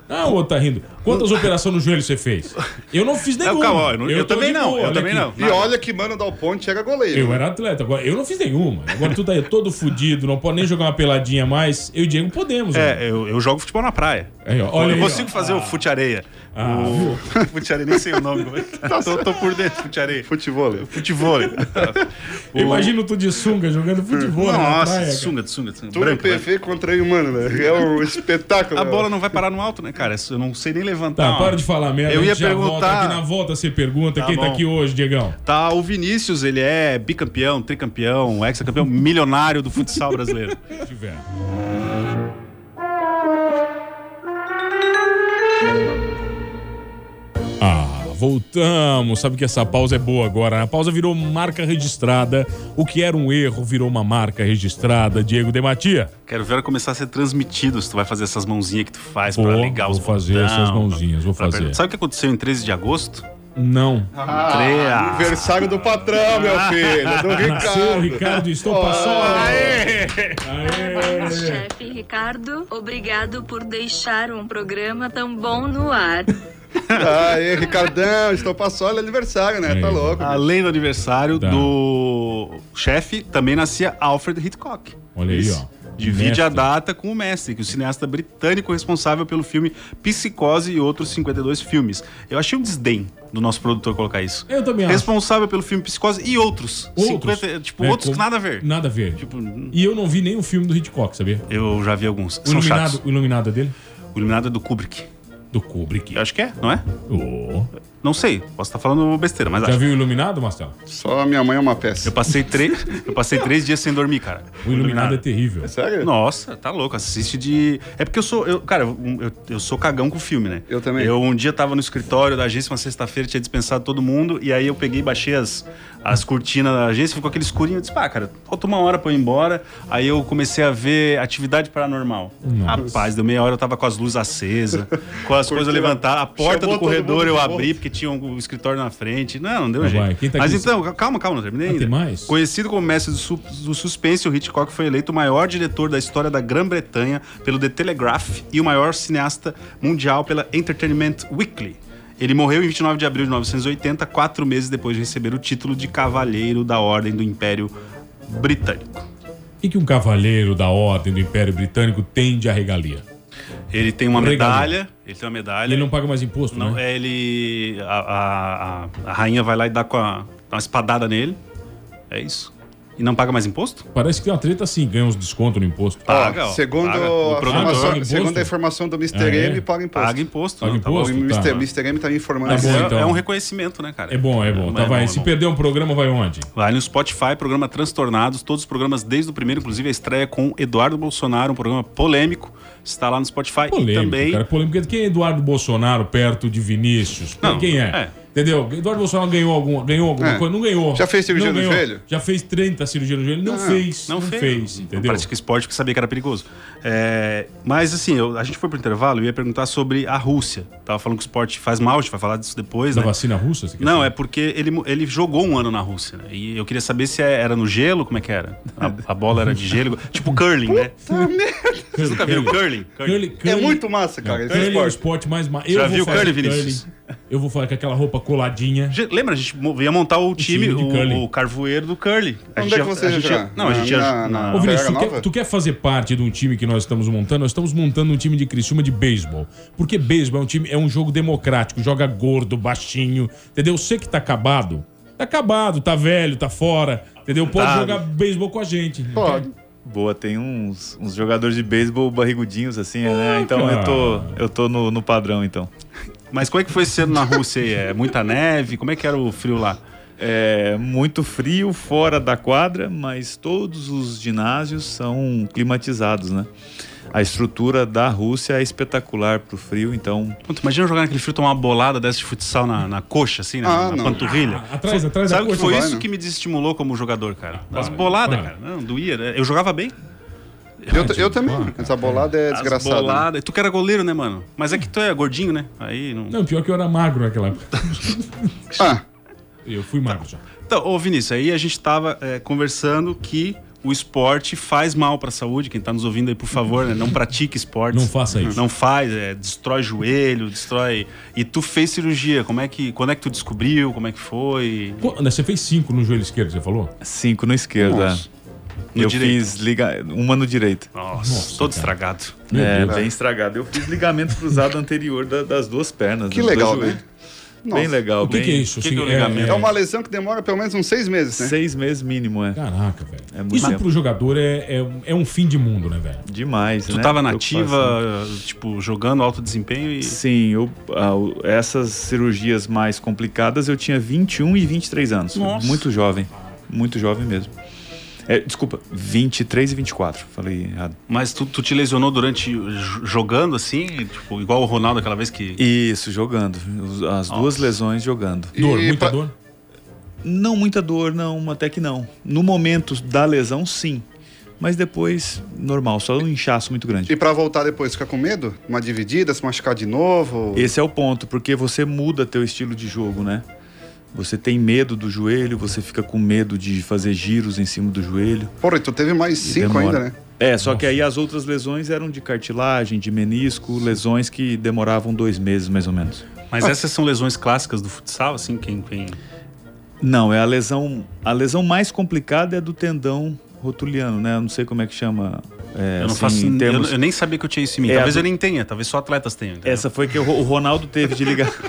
Speaker 4: Ah, o outro tá rindo.
Speaker 10: <laughs>
Speaker 4: Quantas operações no joelho você fez? Eu não fiz nenhuma.
Speaker 10: Não, calma,
Speaker 12: um.
Speaker 10: ó, é eu não- eu
Speaker 4: tô
Speaker 10: também
Speaker 4: de
Speaker 10: não, eu
Speaker 4: olha
Speaker 10: também
Speaker 4: aqui.
Speaker 10: não.
Speaker 3: E olha que Mano Dal Ponte era goleiro.
Speaker 4: Eu era atleta, agora eu não fiz nenhuma. Agora tu tá aí todo fudido, não pode nem jogar uma peladinha mais. Eu e o Diego podemos. né?
Speaker 10: É, eu, eu jogo futebol na praia.
Speaker 4: Aí, ó,
Speaker 10: eu
Speaker 4: olha aí,
Speaker 10: consigo
Speaker 4: ó.
Speaker 10: fazer o fute-areia.
Speaker 4: Ah, viu?
Speaker 10: <laughs> o... Fute-areia, nem sei o nome. como é que tá? tô, tô por dentro, fute-areia.
Speaker 3: Futebol.
Speaker 10: Futebol.
Speaker 4: Eu Imagino tu de sunga jogando futebol na
Speaker 10: Nossa,
Speaker 4: praia. cara.
Speaker 10: sunga, sunga, sunga.
Speaker 3: Tudo
Speaker 10: Branco, né?
Speaker 3: PV contra o humano, né? É
Speaker 4: <laughs>
Speaker 3: um espetáculo.
Speaker 10: A
Speaker 3: né?
Speaker 10: bola não vai parar no alto, né, cara? Eu não sei nem levantar.
Speaker 4: Tá,
Speaker 10: ó.
Speaker 4: para de falar merda.
Speaker 10: Eu
Speaker 4: a gente
Speaker 10: ia
Speaker 4: já volta
Speaker 10: perguntar-
Speaker 4: Aqui na volta você pergunta
Speaker 10: Tá
Speaker 4: quem tá
Speaker 10: bom.
Speaker 4: aqui hoje, Diegão.
Speaker 10: Tá, o Vinícius, ele é bicampeão, tricampeão, hexacampeão, milionário do futsal brasileiro.
Speaker 4: Se tiver. Ah, voltamos. Sabe que essa pausa é boa agora. né? A pausa virou marca registrada. O que era um erro virou uma marca registrada. Diego Dematia.
Speaker 10: <laughs> Quero ver ela começar a ser transmitido se tu vai fazer essas mãozinhas que tu faz
Speaker 4: Vou,
Speaker 10: pra ligar os
Speaker 4: vou fazer
Speaker 10: botão,
Speaker 4: essas mãozinhas, vou
Speaker 10: pra- pra-
Speaker 4: fazer.
Speaker 10: Sabe o que aconteceu em 13 de agosto?
Speaker 4: Não.
Speaker 10: Creia.
Speaker 3: Ah, Aniversário do patrão, meu filho. Do
Speaker 4: Ah. Nasceu,
Speaker 3: Ricardo.
Speaker 4: Ricardo, estou passando.
Speaker 7: É. Chefe Ricardo, obrigado por deixar um programa tão bom no ar.
Speaker 3: Aê, Ricardão, estou passando aniversário, né? Tá
Speaker 4: Aí.
Speaker 3: louco.
Speaker 10: Além do aniversário
Speaker 4: Tá.
Speaker 10: do chefe, também nascia Alfred Hitchcock.
Speaker 4: Olha aí,
Speaker 10: Isso.
Speaker 4: ó.
Speaker 10: Divide
Speaker 4: Mestre.
Speaker 10: a data com o mestre, que é o cineasta britânico responsável pelo filme Psicose e outros 52 filmes. Eu achei um desdém do nosso produtor colocar isso.
Speaker 4: Eu também acho.
Speaker 10: Responsável pelo filme Psicose e outros.
Speaker 4: Outros.
Speaker 10: 50, tipo,
Speaker 4: É,
Speaker 10: outros
Speaker 4: com-
Speaker 10: que nada a ver.
Speaker 4: Nada a ver.
Speaker 10: Tipo,
Speaker 4: E eu não vi nenhum filme do Hitchcock, sabia?
Speaker 10: eu já vi alguns.
Speaker 4: O
Speaker 10: São
Speaker 4: iluminado,
Speaker 10: chatos.
Speaker 4: o iluminado é dele?
Speaker 10: O Iluminado é do Kubrick.
Speaker 4: Do Kubrick.
Speaker 10: Eu acho que é, não é?
Speaker 4: Ô.
Speaker 10: Não sei, posso estar falando besteira, mas
Speaker 4: Já
Speaker 10: acho.
Speaker 4: viu o Iluminado, Marcelo?
Speaker 3: Só minha mãe é uma peça.
Speaker 10: Eu passei, três, eu passei três dias sem dormir, cara.
Speaker 4: O Iluminado é terrível.
Speaker 3: Sério?
Speaker 10: Nossa, tá louco. Assiste de. É porque eu sou. Eu, cara, eu, eu- eu sou cagão com filme, né?
Speaker 3: Eu também.
Speaker 10: Eu um dia tava no escritório da agência, uma sexta-feira, tinha dispensado todo mundo, e aí eu peguei e baixei as, as cortinas da agência, ficou aquele escurinho. Eu disse, pá, cara, falta uma hora pra eu ir embora. Aí eu comecei a ver atividade paranormal. Rapaz, deu meia hora, eu tava com as luzes acesas,
Speaker 3: <laughs>
Speaker 10: com as coisas levantadas, a porta
Speaker 3: Chamou
Speaker 10: do
Speaker 3: todo
Speaker 10: corredor
Speaker 3: mundo
Speaker 10: eu
Speaker 3: de
Speaker 10: abri,
Speaker 3: volta.
Speaker 10: porque tinha um escritório na frente. Não, não deu
Speaker 4: Não
Speaker 10: jeito.
Speaker 4: vai, quem tá
Speaker 10: Mas
Speaker 4: aqui-
Speaker 10: então, calma, calma, não terminei
Speaker 4: Ah, tem
Speaker 10: ainda.
Speaker 4: mais?
Speaker 10: Conhecido como mestre do, su- do suspense, o Hitchcock foi eleito o maior diretor da história da Grã-Bretanha pelo The Telegraph e o maior cineasta mundial pela Entertainment Weekly. Ele morreu em 29 de abril de 1980, quatro meses depois de receber o título de Cavaleiro da Ordem do Império Britânico.
Speaker 4: E que um cavaleiro da ordem do Império Britânico tem de arregalia?
Speaker 10: Ele tem uma
Speaker 4: Regalo.
Speaker 10: medalha. Ele tem uma medalha.
Speaker 4: Ele não paga mais imposto,
Speaker 10: Não,
Speaker 4: né?
Speaker 10: é, ele. A, a- a- a rainha vai lá e dá, com a, dá uma espadada nele. É isso. E não paga mais imposto?
Speaker 4: Parece que tem uma treta assim, ganha uns desconto no imposto. Ah,
Speaker 10: Paga, ó.
Speaker 3: Segundo,
Speaker 10: Paga.
Speaker 3: a,
Speaker 10: O Ah, produtor-
Speaker 3: informação-
Speaker 10: Paga imposto?
Speaker 3: segundo a informação do Mr.
Speaker 10: É.
Speaker 3: M, paga imposto.
Speaker 10: Paga imposto,
Speaker 4: Ah, Paga não, tá imposto? bom.
Speaker 3: O Mr.
Speaker 4: Tá.
Speaker 3: Mr. M tá me informando.
Speaker 4: Tá bom,
Speaker 3: isso.
Speaker 4: então.
Speaker 10: É um reconhecimento, né, cara?
Speaker 4: É bom, é bom.
Speaker 10: É,
Speaker 4: tá,
Speaker 10: é
Speaker 4: vai.
Speaker 10: bom, é
Speaker 4: Se
Speaker 10: bom.
Speaker 4: perder um programa, vai onde?
Speaker 10: Vai no Spotify, programa Transtornados, todos os programas desde o primeiro, inclusive a estreia com Eduardo Bolsonaro, um programa polêmico. Está lá no Spotify
Speaker 4: É Polêmico,
Speaker 10: e também.
Speaker 4: cara. Polêmico. Quem é Eduardo Bolsonaro perto de Vinícius?
Speaker 10: Não,
Speaker 4: quem é?
Speaker 10: é.
Speaker 4: Entendeu? Eduardo Bolsonaro ganhou alguma, ganhou alguma
Speaker 10: É.
Speaker 4: coisa? Não ganhou.
Speaker 10: Já fez cirurgia
Speaker 4: Não
Speaker 10: no
Speaker 4: ganhou.
Speaker 10: joelho? Ah,
Speaker 4: Já fez 30 cirurgias no joelho. Não, fez. Não, fez.
Speaker 10: Não
Speaker 4: entendeu?
Speaker 10: pratica esporte porque sabia que era perigoso. É, mas assim, eu- a gente foi pro intervalo e ia perguntar sobre a Rússia. Tava falando que o esporte faz mal, a gente vai falar disso depois,
Speaker 4: Da
Speaker 10: né?
Speaker 4: vacina russa? você quer
Speaker 10: Não, é porque ele, mu- ele jogou um ano na Rússia, né? E eu queria saber se é- era no gelo, como é que era? A, a bola era de gelo, <laughs> tipo curling, né? Vocês nunca viram curling?
Speaker 3: É muito massa, cara.
Speaker 4: Não,
Speaker 3: Esse
Speaker 4: curling é o
Speaker 3: esporte.
Speaker 4: esporte mais... ma-
Speaker 10: Já
Speaker 4: Eu vou
Speaker 10: viu
Speaker 4: fazer
Speaker 10: curling, Vinícius?
Speaker 4: curling. Eu vou falar com aquela roupa coladinha.
Speaker 10: Ge- Lembra, a gente mo- ia montar o time,
Speaker 4: time de
Speaker 10: o-
Speaker 4: curling.
Speaker 10: o, carvoeiro do curling. A
Speaker 3: Onde
Speaker 10: gente
Speaker 3: é
Speaker 10: ia-
Speaker 3: que você
Speaker 10: a gente
Speaker 3: ia
Speaker 10: ia-
Speaker 3: jogar?
Speaker 10: Não, a gente
Speaker 3: Na-
Speaker 10: ia...
Speaker 3: na-
Speaker 10: na-
Speaker 4: Ô, Vinícius,
Speaker 3: Pega
Speaker 4: tu quer,
Speaker 3: nova?
Speaker 4: tu quer fazer parte de um time que nós estamos montando? Nós estamos montando um time de Criciúma de beisebol. Porque beisebol é um time, é um jogo democrático, joga gordo, baixinho, entendeu? Você que tá acabado, tá acabado, tá velho, tá fora, entendeu? Pode
Speaker 11: Tá.
Speaker 4: jogar beisebol com a gente. Pode.
Speaker 11: Boa, tem uns, uns jogadores de beisebol barrigudinhos assim, né? Então
Speaker 4: cara.
Speaker 11: eu tô, eu tô no, no padrão, então.
Speaker 10: Mas como é que foi esse ano na Rússia? aí? É muita neve? Como é que era o frio lá?
Speaker 11: É muito frio fora da quadra, mas todos os ginásios são climatizados, né? A estrutura da Rússia é espetacular pro frio, então.
Speaker 10: Pô, tu imagina jogar naquele frio, tomar uma bolada dessa de futsal na, na coxa, assim, na,
Speaker 11: Ah,
Speaker 10: na
Speaker 11: não.
Speaker 4: <laughs>
Speaker 10: panturrilha.
Speaker 11: Ah, atrás- atrás da
Speaker 10: Sabe que
Speaker 11: coxa
Speaker 10: foi
Speaker 11: vai,
Speaker 10: isso
Speaker 11: né?
Speaker 10: que me desestimulou como jogador, cara? As
Speaker 11: para,
Speaker 10: boladas,
Speaker 11: para.
Speaker 10: cara. Não, doía. né? Eu jogava bem.
Speaker 3: Eu, eu também. Essa bolada é
Speaker 10: As
Speaker 3: desgraçada. né?
Speaker 10: boladas. Tu que era goleiro, né, mano? Mas é que tu é gordinho, né? Aí não...
Speaker 4: Não, pior que eu era magro naquela época.
Speaker 3: Ah.
Speaker 4: Eu fui magro já.
Speaker 10: Então, ô Vinícius, aí a gente tava é, conversando que o esporte faz mal pra saúde. Quem tá nos ouvindo aí, por favor, né? Não pratique esportes.
Speaker 4: Não faça isso.
Speaker 10: Não faz, é, destrói joelho, destrói... E tu fez cirurgia, como é que... Quando é que tu descobriu, como é que foi?
Speaker 4: Pô, né, Você fez cinco no joelho esquerdo, você falou?
Speaker 11: Cinco no esquerdo, é.
Speaker 4: Nossa.
Speaker 10: No
Speaker 11: eu
Speaker 10: direito.
Speaker 11: fiz liga... uma no direito.
Speaker 10: Nossa, todo estragado.
Speaker 4: Meu
Speaker 11: é,
Speaker 4: Deus.
Speaker 11: bem estragado. Eu fiz ligamento cruzado <laughs> anterior da- das duas pernas.
Speaker 3: Que
Speaker 11: dos dois
Speaker 3: legal,
Speaker 11: joelhos.
Speaker 3: né?
Speaker 11: Bem
Speaker 3: Nossa.
Speaker 11: legal.
Speaker 4: O que
Speaker 11: bem-
Speaker 4: que é isso, assim? É-
Speaker 3: É uma lesão que demora pelo menos uns seis meses, né?
Speaker 11: Seis meses mínimo, é.
Speaker 4: Caraca, velho.
Speaker 11: É muito
Speaker 4: Isso
Speaker 11: tempo.
Speaker 4: pro jogador é, é, é um fim de mundo, né, velho?
Speaker 11: Demais,
Speaker 10: Tu
Speaker 11: né?
Speaker 10: tava
Speaker 11: Preocupação.
Speaker 10: nativa, tipo, jogando alto desempenho e.
Speaker 11: Sim, eu- ah, o- essas cirurgias mais complicadas eu tinha 21 e 23 anos.
Speaker 10: Nossa.
Speaker 11: Muito jovem. Muito jovem mesmo. É, desculpa, 23 e 24. Falei errado.
Speaker 10: Mas tu, tu te lesionou durante. j- jogando assim? Tipo, igual o Ronaldo aquela vez que. Ah,
Speaker 11: Isso, jogando. Os- As duas lesões jogando.
Speaker 4: Dor, muita dor.
Speaker 11: Não muita dor, não, até que não. No momento da lesão, sim. Mas depois, normal, só um inchaço muito grande.
Speaker 3: E pra voltar depois, ficar com medo? Uma dividida, se machucar de novo?
Speaker 11: Esse é o ponto, porque você muda teu estilo de jogo, né? Você tem medo do joelho, você fica com medo de fazer giros em cima do joelho.
Speaker 3: Porra, tu teve mais cinco
Speaker 11: demora.
Speaker 3: ainda, né?
Speaker 11: É, só que aí as outras lesões eram de cartilagem, de menisco, lesões que demoravam dois meses mais ou menos.
Speaker 10: Mas essas são lesões clássicas do futsal, assim, quem. quem...
Speaker 11: Não, é a lesão. A lesão mais complicada é a do tendão rotuliano, né? Eu não sei como é que chama. é,
Speaker 10: eu não
Speaker 11: assim,
Speaker 10: faço.
Speaker 11: em
Speaker 10: eu-
Speaker 11: termos-
Speaker 10: Eu, nem sabia que eu tinha isso em mim.
Speaker 11: É,
Speaker 10: talvez
Speaker 11: a
Speaker 10: eu
Speaker 11: do-
Speaker 10: nem tenha, talvez só atletas tenham. entendeu?
Speaker 11: Essa foi que o o Ronaldo teve de ligar. <laughs>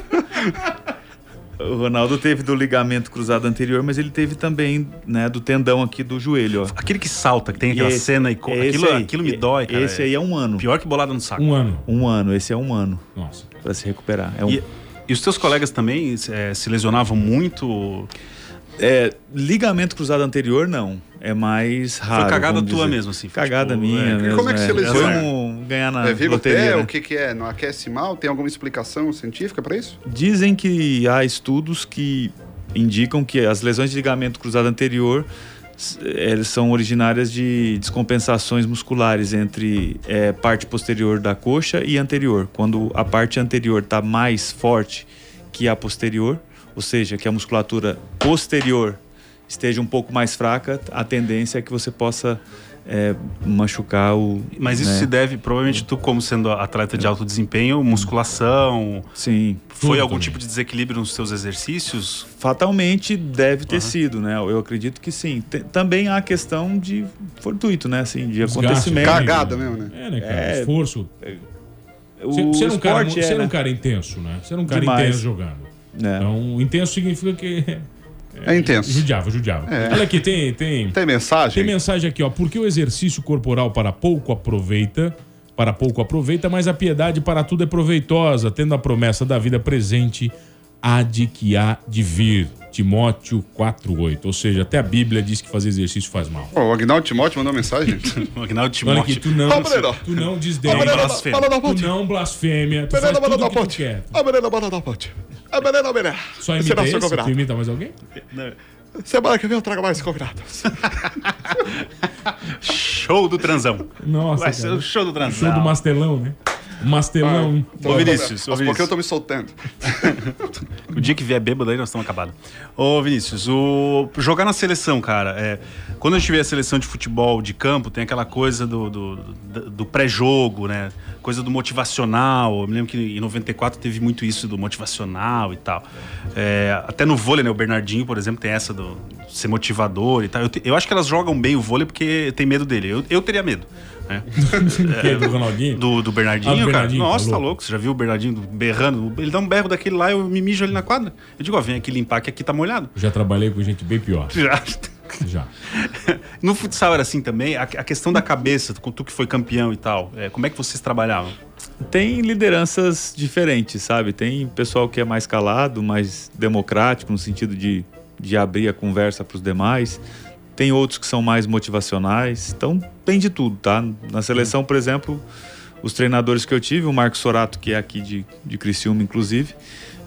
Speaker 11: O Ronaldo teve do ligamento cruzado anterior, mas ele teve também, né, do tendão aqui do joelho, ó.
Speaker 10: Aquele que salta, que tem aquela cena e co- aquilo, aquilo me dói, cara.
Speaker 11: Esse aí é um ano.
Speaker 10: Pior que bolada no saco.
Speaker 4: Um ano.
Speaker 11: Um ano, esse é um ano.
Speaker 4: Nossa.
Speaker 11: Pra se recuperar. É um...
Speaker 10: E, e os teus colegas também é, se lesionavam muito?
Speaker 11: É, ligamento cruzado anterior, não. É mais raro.
Speaker 10: cagada
Speaker 11: vamos
Speaker 10: tua
Speaker 11: dizer.
Speaker 10: mesmo, assim, foi
Speaker 11: Cagada
Speaker 10: tipo,
Speaker 11: minha.
Speaker 10: é,
Speaker 11: mesmo,
Speaker 3: Como é que se lesiona?
Speaker 11: Foi um ganhar na
Speaker 3: é vírus
Speaker 11: loteria,
Speaker 3: pé,
Speaker 11: né?
Speaker 3: o que que é? Não aquece mal? Tem alguma explicação científica pra isso?
Speaker 11: Dizem que há estudos que indicam que as lesões de ligamento cruzado anterior s- elas são originárias de descompensações musculares entre eh, parte posterior da coxa e anterior. Quando a parte anterior está mais forte que a posterior, ou seja, que a musculatura posterior esteja um pouco mais fraca, a tendência é que você possa eh, machucar o.
Speaker 10: Mas isso
Speaker 11: né?
Speaker 10: se deve, provavelmente, tu, como sendo atleta de alto desempenho, musculação.
Speaker 11: Sim.
Speaker 10: Foi
Speaker 11: tudo
Speaker 10: algum
Speaker 11: também.
Speaker 10: tipo de desequilíbrio nos teus exercícios?
Speaker 11: Fatalmente deve ter sido, né? Eu acredito que sim. Tem- também há a questão de fortuito, né? Assim, de
Speaker 4: Desgaste,
Speaker 11: acontecimento.
Speaker 4: né? Cagada mesmo, né? É, né, cara? Esforço. Você
Speaker 11: o
Speaker 4: você é um cara,
Speaker 11: esporte
Speaker 4: mu- você
Speaker 11: é,
Speaker 4: é um
Speaker 11: né?
Speaker 4: cara intenso, né? Você é um cara
Speaker 11: Demais. É.
Speaker 4: intenso jogando. Então, intenso significa que. <laughs>
Speaker 3: É intenso.
Speaker 4: Judiava, judiava.
Speaker 3: É.
Speaker 4: Olha aqui, tem, tem.
Speaker 3: Tem mensagem?
Speaker 4: Tem mensagem aqui, ó. Porque o exercício corporal para pouco aproveita, para pouco aproveita, mas a piedade para tudo é proveitosa, tendo a promessa da vida presente, há de que há de vir. Timóteo 4,8. Ou seja, até a Bíblia diz que fazer exercício faz mal.
Speaker 3: Pô, o Agnaldo Timóteo mandou mensagem?
Speaker 10: o Agnaldo
Speaker 4: Olha aqui, tu não, tu não desdém,
Speaker 3: Ó, Pereira, fala da
Speaker 4: tu não blasfêmia, tu faz
Speaker 3: Pereira,
Speaker 4: tudo
Speaker 3: fala
Speaker 4: o
Speaker 3: da
Speaker 4: que tu
Speaker 3: ponte.
Speaker 4: quer.
Speaker 3: A Belena Bota da Ponte. A Belena Belena.
Speaker 4: Só
Speaker 3: Esse é
Speaker 4: imita
Speaker 3: nosso
Speaker 4: esse? Tu
Speaker 3: convidado.
Speaker 4: imita mais alguém?
Speaker 3: Semana que vem eu trago mais convidados.
Speaker 10: <laughs> Show do transão.
Speaker 4: Nossa,
Speaker 10: Vai ser
Speaker 4: cara.
Speaker 10: o show do transão.
Speaker 4: Show do Mastelão, né? Mastelão.
Speaker 3: Ah. Então,
Speaker 10: Ô, Vinícius, ô,
Speaker 3: Aos pouquinhos eu
Speaker 10: Vinícius.
Speaker 3: tô me soltando.
Speaker 10: O dia que vier bêbado aí, nós estamos acabados. Ô, Vinícius, o... jogar na seleção, cara. É... Quando a gente vê a seleção de futebol de campo, tem aquela coisa do, do, do- do pré-jogo, né? Coisa do motivacional. Eu me lembro que em 94 teve muito isso do motivacional e tal. É, Até no vôlei, né? O Bernardinho, por exemplo, tem essa do ser motivador e tal. Eu, te- eu acho que elas jogam bem o vôlei porque tem medo dele. Eu, eu teria medo. Né?
Speaker 4: <laughs> Que é do Ronaldinho?
Speaker 10: Do, do Bernardinho,
Speaker 4: Ah, do
Speaker 10: cara.
Speaker 4: Bernardinho,
Speaker 10: Nossa,
Speaker 4: tá
Speaker 10: tá
Speaker 4: louco.
Speaker 10: louco. Você já viu o Bernardinho berrando? Ele dá um berro daquele lá, eu me mijo ali na quadra. Eu digo, ó, vem aqui limpar que aqui tá molhado. <laughs>
Speaker 4: Já trabalhei com gente bem pior.
Speaker 10: Já.
Speaker 4: Já.
Speaker 10: No futsal era assim também? A, a questão da cabeça, com tu que foi campeão e tal, é, como é que vocês trabalhavam?
Speaker 11: Tem lideranças diferentes, sabe? Tem pessoal que é mais calado, mais democrático, no sentido de, de abrir a conversa para os demais. Tem outros que são mais motivacionais. Então, tem de tudo, tá? Na seleção, por exemplo, os treinadores que eu tive, o Marcos Sorato, que é aqui de, de Criciúma, inclusive,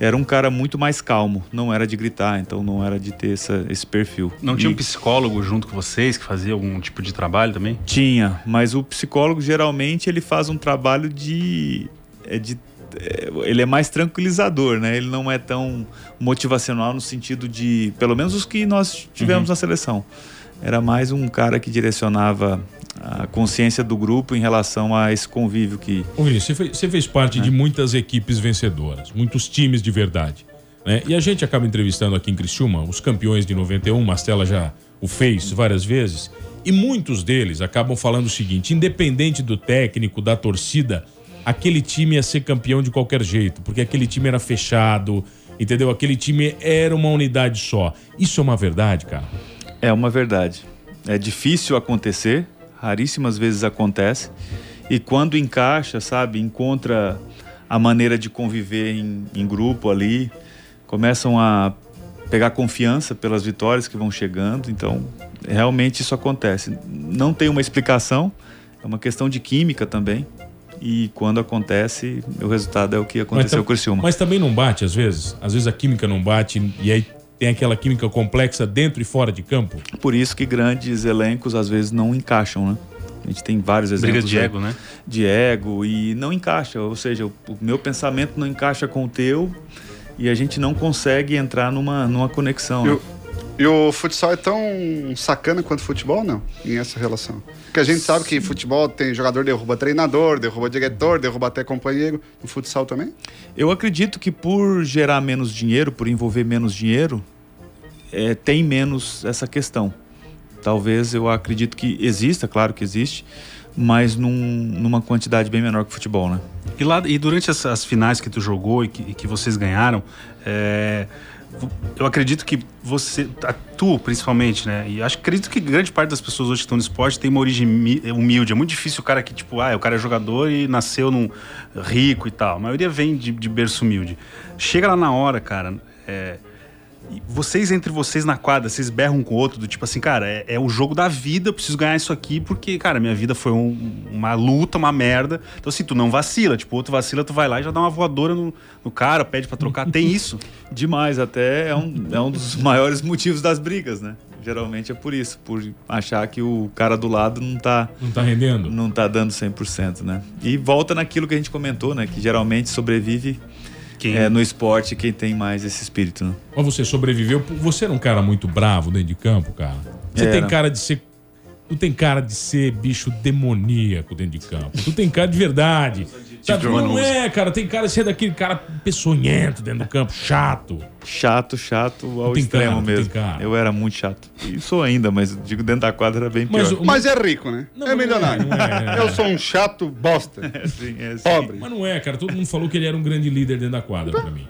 Speaker 11: era um cara muito mais calmo. Não era de gritar, então não era de ter essa- esse perfil.
Speaker 10: Não tinha
Speaker 11: E-
Speaker 10: um psicólogo junto com vocês que fazia algum tipo de trabalho também?
Speaker 11: tinha, mas o psicólogo geralmente ele faz um trabalho de. é de- é, ele é mais tranquilizador, né? Ele não é tão motivacional no sentido de. Pelo menos os que nós tivemos
Speaker 10: Uhum.
Speaker 11: na seleção. Era mais um cara que direcionava a consciência do grupo em relação a esse convívio que.
Speaker 4: Ô, Vinícius, você fez, você fez parte de muitas equipes vencedoras, muitos times de verdade. né? E a gente acaba entrevistando aqui em Criciúma os campeões de 91, Mastela já o fez várias vezes, e muitos deles acabam falando o seguinte: independente do técnico, da torcida, aquele time ia ser campeão de qualquer jeito, porque aquele time era fechado, entendeu? Aquele time era uma unidade só. Isso é uma verdade, cara?
Speaker 11: É uma verdade. É difícil acontecer, raríssimas vezes acontece. E quando encaixa, sabe, encontra a maneira de conviver em, em grupo ali, começam a pegar confiança pelas vitórias que vão chegando. Então, realmente isso acontece. Não tem uma explicação, é uma questão de química também. E quando acontece, o resultado é o que aconteceu
Speaker 4: tam-
Speaker 11: com o Criciúma.
Speaker 4: Mas também não bate às vezes. Às vezes a química não bate e aí tem aquela química complexa dentro e fora de campo.
Speaker 11: Por isso que grandes elencos às vezes não encaixam, né? A gente tem vários exemplos.
Speaker 10: Briga de
Speaker 11: aí.
Speaker 10: ego, né?
Speaker 11: De ego e não encaixa, ou seja, o o meu pensamento não encaixa com o teu e a gente não consegue entrar numa, numa conexão. né?
Speaker 3: Eu- E o futsal é tão sacana quanto o futebol, não? Em essa relação. Porque a gente sabe que futebol tem jogador derruba treinador, derruba diretor, derruba até companheiro. No futsal também?
Speaker 11: Eu acredito que por gerar menos dinheiro, por envolver menos dinheiro, é, tem menos essa questão. Talvez eu acredito que exista, claro que existe, mas num- numa quantidade bem menor que o futebol, né?
Speaker 10: E, lá, e durante as, as finais que tu jogou e que, e que vocês ganharam, é, vo- eu acredito que você, a- tu principalmente, né? E acho acredito que grande parte das pessoas hoje que estão no esporte tem uma origem mi- humilde. É muito difícil o cara que, tipo, ah, o cara é jogador e nasceu num rico e tal. A maioria vem de, de berço humilde. Chega lá na hora, cara. é, e vocês entre vocês na quadra, vocês berram um com o outro, do tipo assim, cara, é, é o jogo da vida, eu preciso ganhar isso aqui, porque, cara, minha vida foi um- uma luta, uma merda. Então, assim, tu não vacila, tipo, o outro vacila, tu vai lá e já dá uma voadora no, no cara, pede pra trocar.
Speaker 11: <laughs>
Speaker 10: Tem isso.
Speaker 11: Demais, até é um, é um dos maiores motivos das brigas, né? Geralmente é por isso, por achar que o cara do lado não tá,
Speaker 4: Não tá rendendo?
Speaker 11: não tá dando 100%, né? E volta naquilo que a gente comentou, né? Que geralmente sobrevive
Speaker 10: Quem-
Speaker 11: é, no esporte quem tem mais esse espírito, né?
Speaker 4: Mas você sobreviveu. Você era um cara muito bravo dentro de campo, cara. Você
Speaker 11: Era.
Speaker 4: tem cara de ser. Tu tem cara de ser bicho demoníaco dentro de campo. Tu tem cara de verdade. Sabe,
Speaker 13: João
Speaker 4: não
Speaker 13: Manuse.
Speaker 4: é, cara. Tem cara ser daquele cara peçonhento dentro do campo, chato.
Speaker 13: Chato, chato ao
Speaker 4: Tem
Speaker 13: extremo
Speaker 4: cara, tem
Speaker 13: mesmo.
Speaker 4: cara.
Speaker 13: Eu era muito chato. E sou ainda, mas digo, dentro da quadra era bem pior.
Speaker 4: Mas o- Mas
Speaker 3: é rico, né? é milionário. Eu sou um chato bosta.
Speaker 13: <laughs> Assim,
Speaker 3: Pobre.
Speaker 4: Mas não é, cara. Todo mundo falou que ele era um grande líder dentro da quadra pra mim.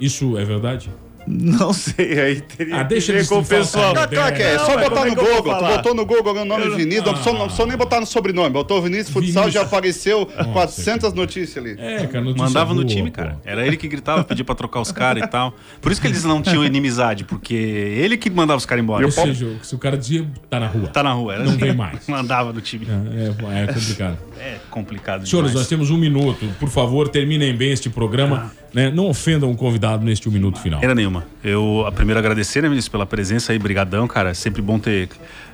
Speaker 4: Isso é verdade?
Speaker 13: Não sei, aí teria
Speaker 4: Ah, deixa
Speaker 13: que ver
Speaker 4: eles
Speaker 13: com o pessoal.
Speaker 10: Tá
Speaker 3: Cara,
Speaker 10: né?
Speaker 3: cara, que é
Speaker 13: Não,
Speaker 3: só
Speaker 13: mas
Speaker 3: botar
Speaker 13: como é
Speaker 3: no
Speaker 13: que eu vou
Speaker 3: Google. Tu
Speaker 13: falar?
Speaker 3: botou no Google o nome
Speaker 13: Eu
Speaker 3: do
Speaker 13: não-
Speaker 3: Vinícius, não precisou, não precisou nem botar no sobrenome. Botou Vinícius Futsal, já apareceu 400 notícias ali.
Speaker 4: É, cara,
Speaker 10: Mandava no time, cara. Era ele que gritava, pedia pra trocar os caras e tal. Por isso que eles não tinham inimizade, porque ele que mandava os caras embora.
Speaker 4: Ou seja, se o cara dizia, tá na rua.
Speaker 10: Tá na rua, era
Speaker 4: Não
Speaker 10: assim. <laughs>
Speaker 4: vem mais.
Speaker 10: Mandava no time.
Speaker 4: É, é complicado.
Speaker 10: É complicado
Speaker 4: Senhores, nós
Speaker 10: demais.
Speaker 4: temos um minuto. Por favor, terminem bem este programa.
Speaker 10: Ah.
Speaker 4: Né? Não ofendam o convidado neste um minuto final.
Speaker 10: Era nenhuma. Eu a primeiro agradecer, né, ministro, pela presença aí, brigadão, cara. É sempre bom ter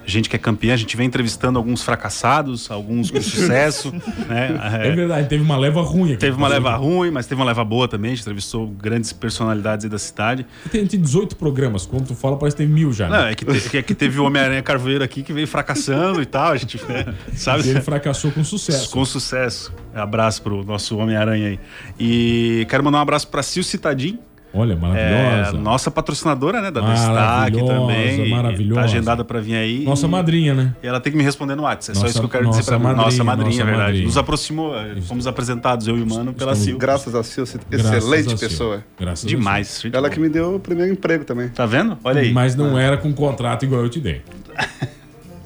Speaker 10: gente que é campeã. A gente vem entrevistando alguns fracassados, alguns
Speaker 4: <laughs>
Speaker 10: com sucesso, né?
Speaker 4: É verdade, teve uma leva ruim aqui.
Speaker 10: Teve uma leva ruim, mas teve uma leva boa também. A gente entrevistou grandes personalidades aí da cidade.
Speaker 4: Tem, tem 18 programas. Quando tu fala, parece que tem mil já.
Speaker 10: Não,
Speaker 4: Né?
Speaker 10: é que, te- é que teve o Homem-Aranha Carvoeiro aqui que veio fracassando e tal. A gente, né, sabe?
Speaker 4: E Ele fracassou com sucesso.
Speaker 10: Com sucesso. Abraço pro nosso Homem-Aranha aí. E quero mandar um abraço pra Sil Citadim.
Speaker 4: Olha, maravilhosa.
Speaker 10: É, nossa patrocinadora, né? Da Destaque
Speaker 4: Maravilhosa,
Speaker 10: também.
Speaker 4: maravilhosa.
Speaker 10: Tá agendada pra vir aí.
Speaker 4: Nossa
Speaker 10: E-
Speaker 4: madrinha, né?
Speaker 10: E ela tem que me responder no WhatsApp. É só
Speaker 4: Nossa-
Speaker 10: isso que eu quero
Speaker 4: nossa
Speaker 10: dizer pra mim.
Speaker 4: madrinha,
Speaker 10: nossa madrinha,
Speaker 4: nossa
Speaker 10: é verdade.
Speaker 4: madrinha.
Speaker 10: Nos aproximou, é, fomos apresentados, eu e o Mano, pela
Speaker 3: Estamos-
Speaker 10: Sil.
Speaker 3: Graças a Sil, excelente
Speaker 4: Graças a Sil.
Speaker 3: pessoa.
Speaker 4: Graças a
Speaker 10: Demais. gente
Speaker 3: Ela
Speaker 10: boa.
Speaker 3: que me deu o primeiro emprego também.
Speaker 10: Tá vendo? Olha aí.
Speaker 4: Mas não era com contrato igual eu te dei.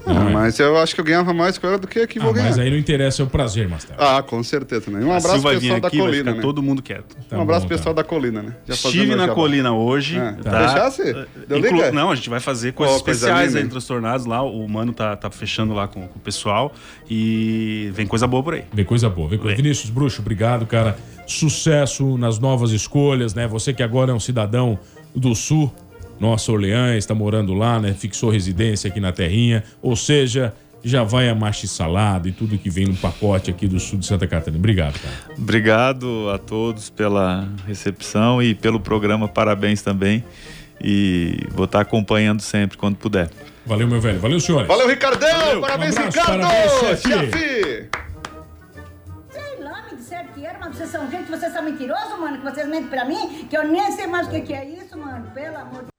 Speaker 3: Ah, mas eu acho que eu ganhava mais com ela do que aqui
Speaker 4: Ah,
Speaker 3: vou ganhar.
Speaker 4: mas aí não interessa, é o prazer, Mastelo.
Speaker 3: Ah, com certeza, né? Um
Speaker 10: A
Speaker 3: abraço
Speaker 10: Sil vai vir
Speaker 3: pessoal da
Speaker 10: aqui, vai
Speaker 3: colina,
Speaker 10: ficar
Speaker 3: né?
Speaker 10: todo mundo quieto.
Speaker 4: Tá
Speaker 3: um abraço
Speaker 4: bom, tá.
Speaker 3: pessoal da colina, né? Já fazendo
Speaker 10: Estive na
Speaker 3: jabá.
Speaker 10: colina hoje.
Speaker 3: Ah,
Speaker 10: tá?
Speaker 3: Deixasse? Deu
Speaker 10: Inclu-
Speaker 3: liga?
Speaker 10: Não, a gente vai fazer
Speaker 3: Ó,
Speaker 10: coisas
Speaker 3: coisa
Speaker 10: especiais
Speaker 3: linda,
Speaker 10: aí
Speaker 3: hein?
Speaker 10: entre os tornados lá. O Mano tá, tá fechando lá com, com o pessoal. E vem coisa boa por aí.
Speaker 4: Vem coisa boa, vem coisa. Vinícius Bruxo, obrigado, cara. Sucesso nas novas escolhas, né? Você que agora é um cidadão do Sul, Nossa Orleans, está morando lá, né? Fixou residência aqui na terrinha. Ou seja, já vai a machi salada e tudo que vem no pacote aqui do Sul de Santa Catarina. Obrigado, cara.
Speaker 13: Obrigado a todos pela recepção e pelo programa. Parabéns também. E vou estar acompanhando sempre quando puder.
Speaker 4: Valeu, meu velho. Valeu, senhores.
Speaker 3: Valeu, Ricardão!
Speaker 4: Valeu,
Speaker 3: Parabéns,
Speaker 4: um abraço,
Speaker 3: Ricardo!
Speaker 4: parabéns, chefe!
Speaker 3: Chefe!
Speaker 7: Sei lá, me disseram que era, mas vocês são gente, vocês são mentirosos, mano, que vocês mentem pra mim, que eu nem sei mais o que, que é isso, mano, pelo amor de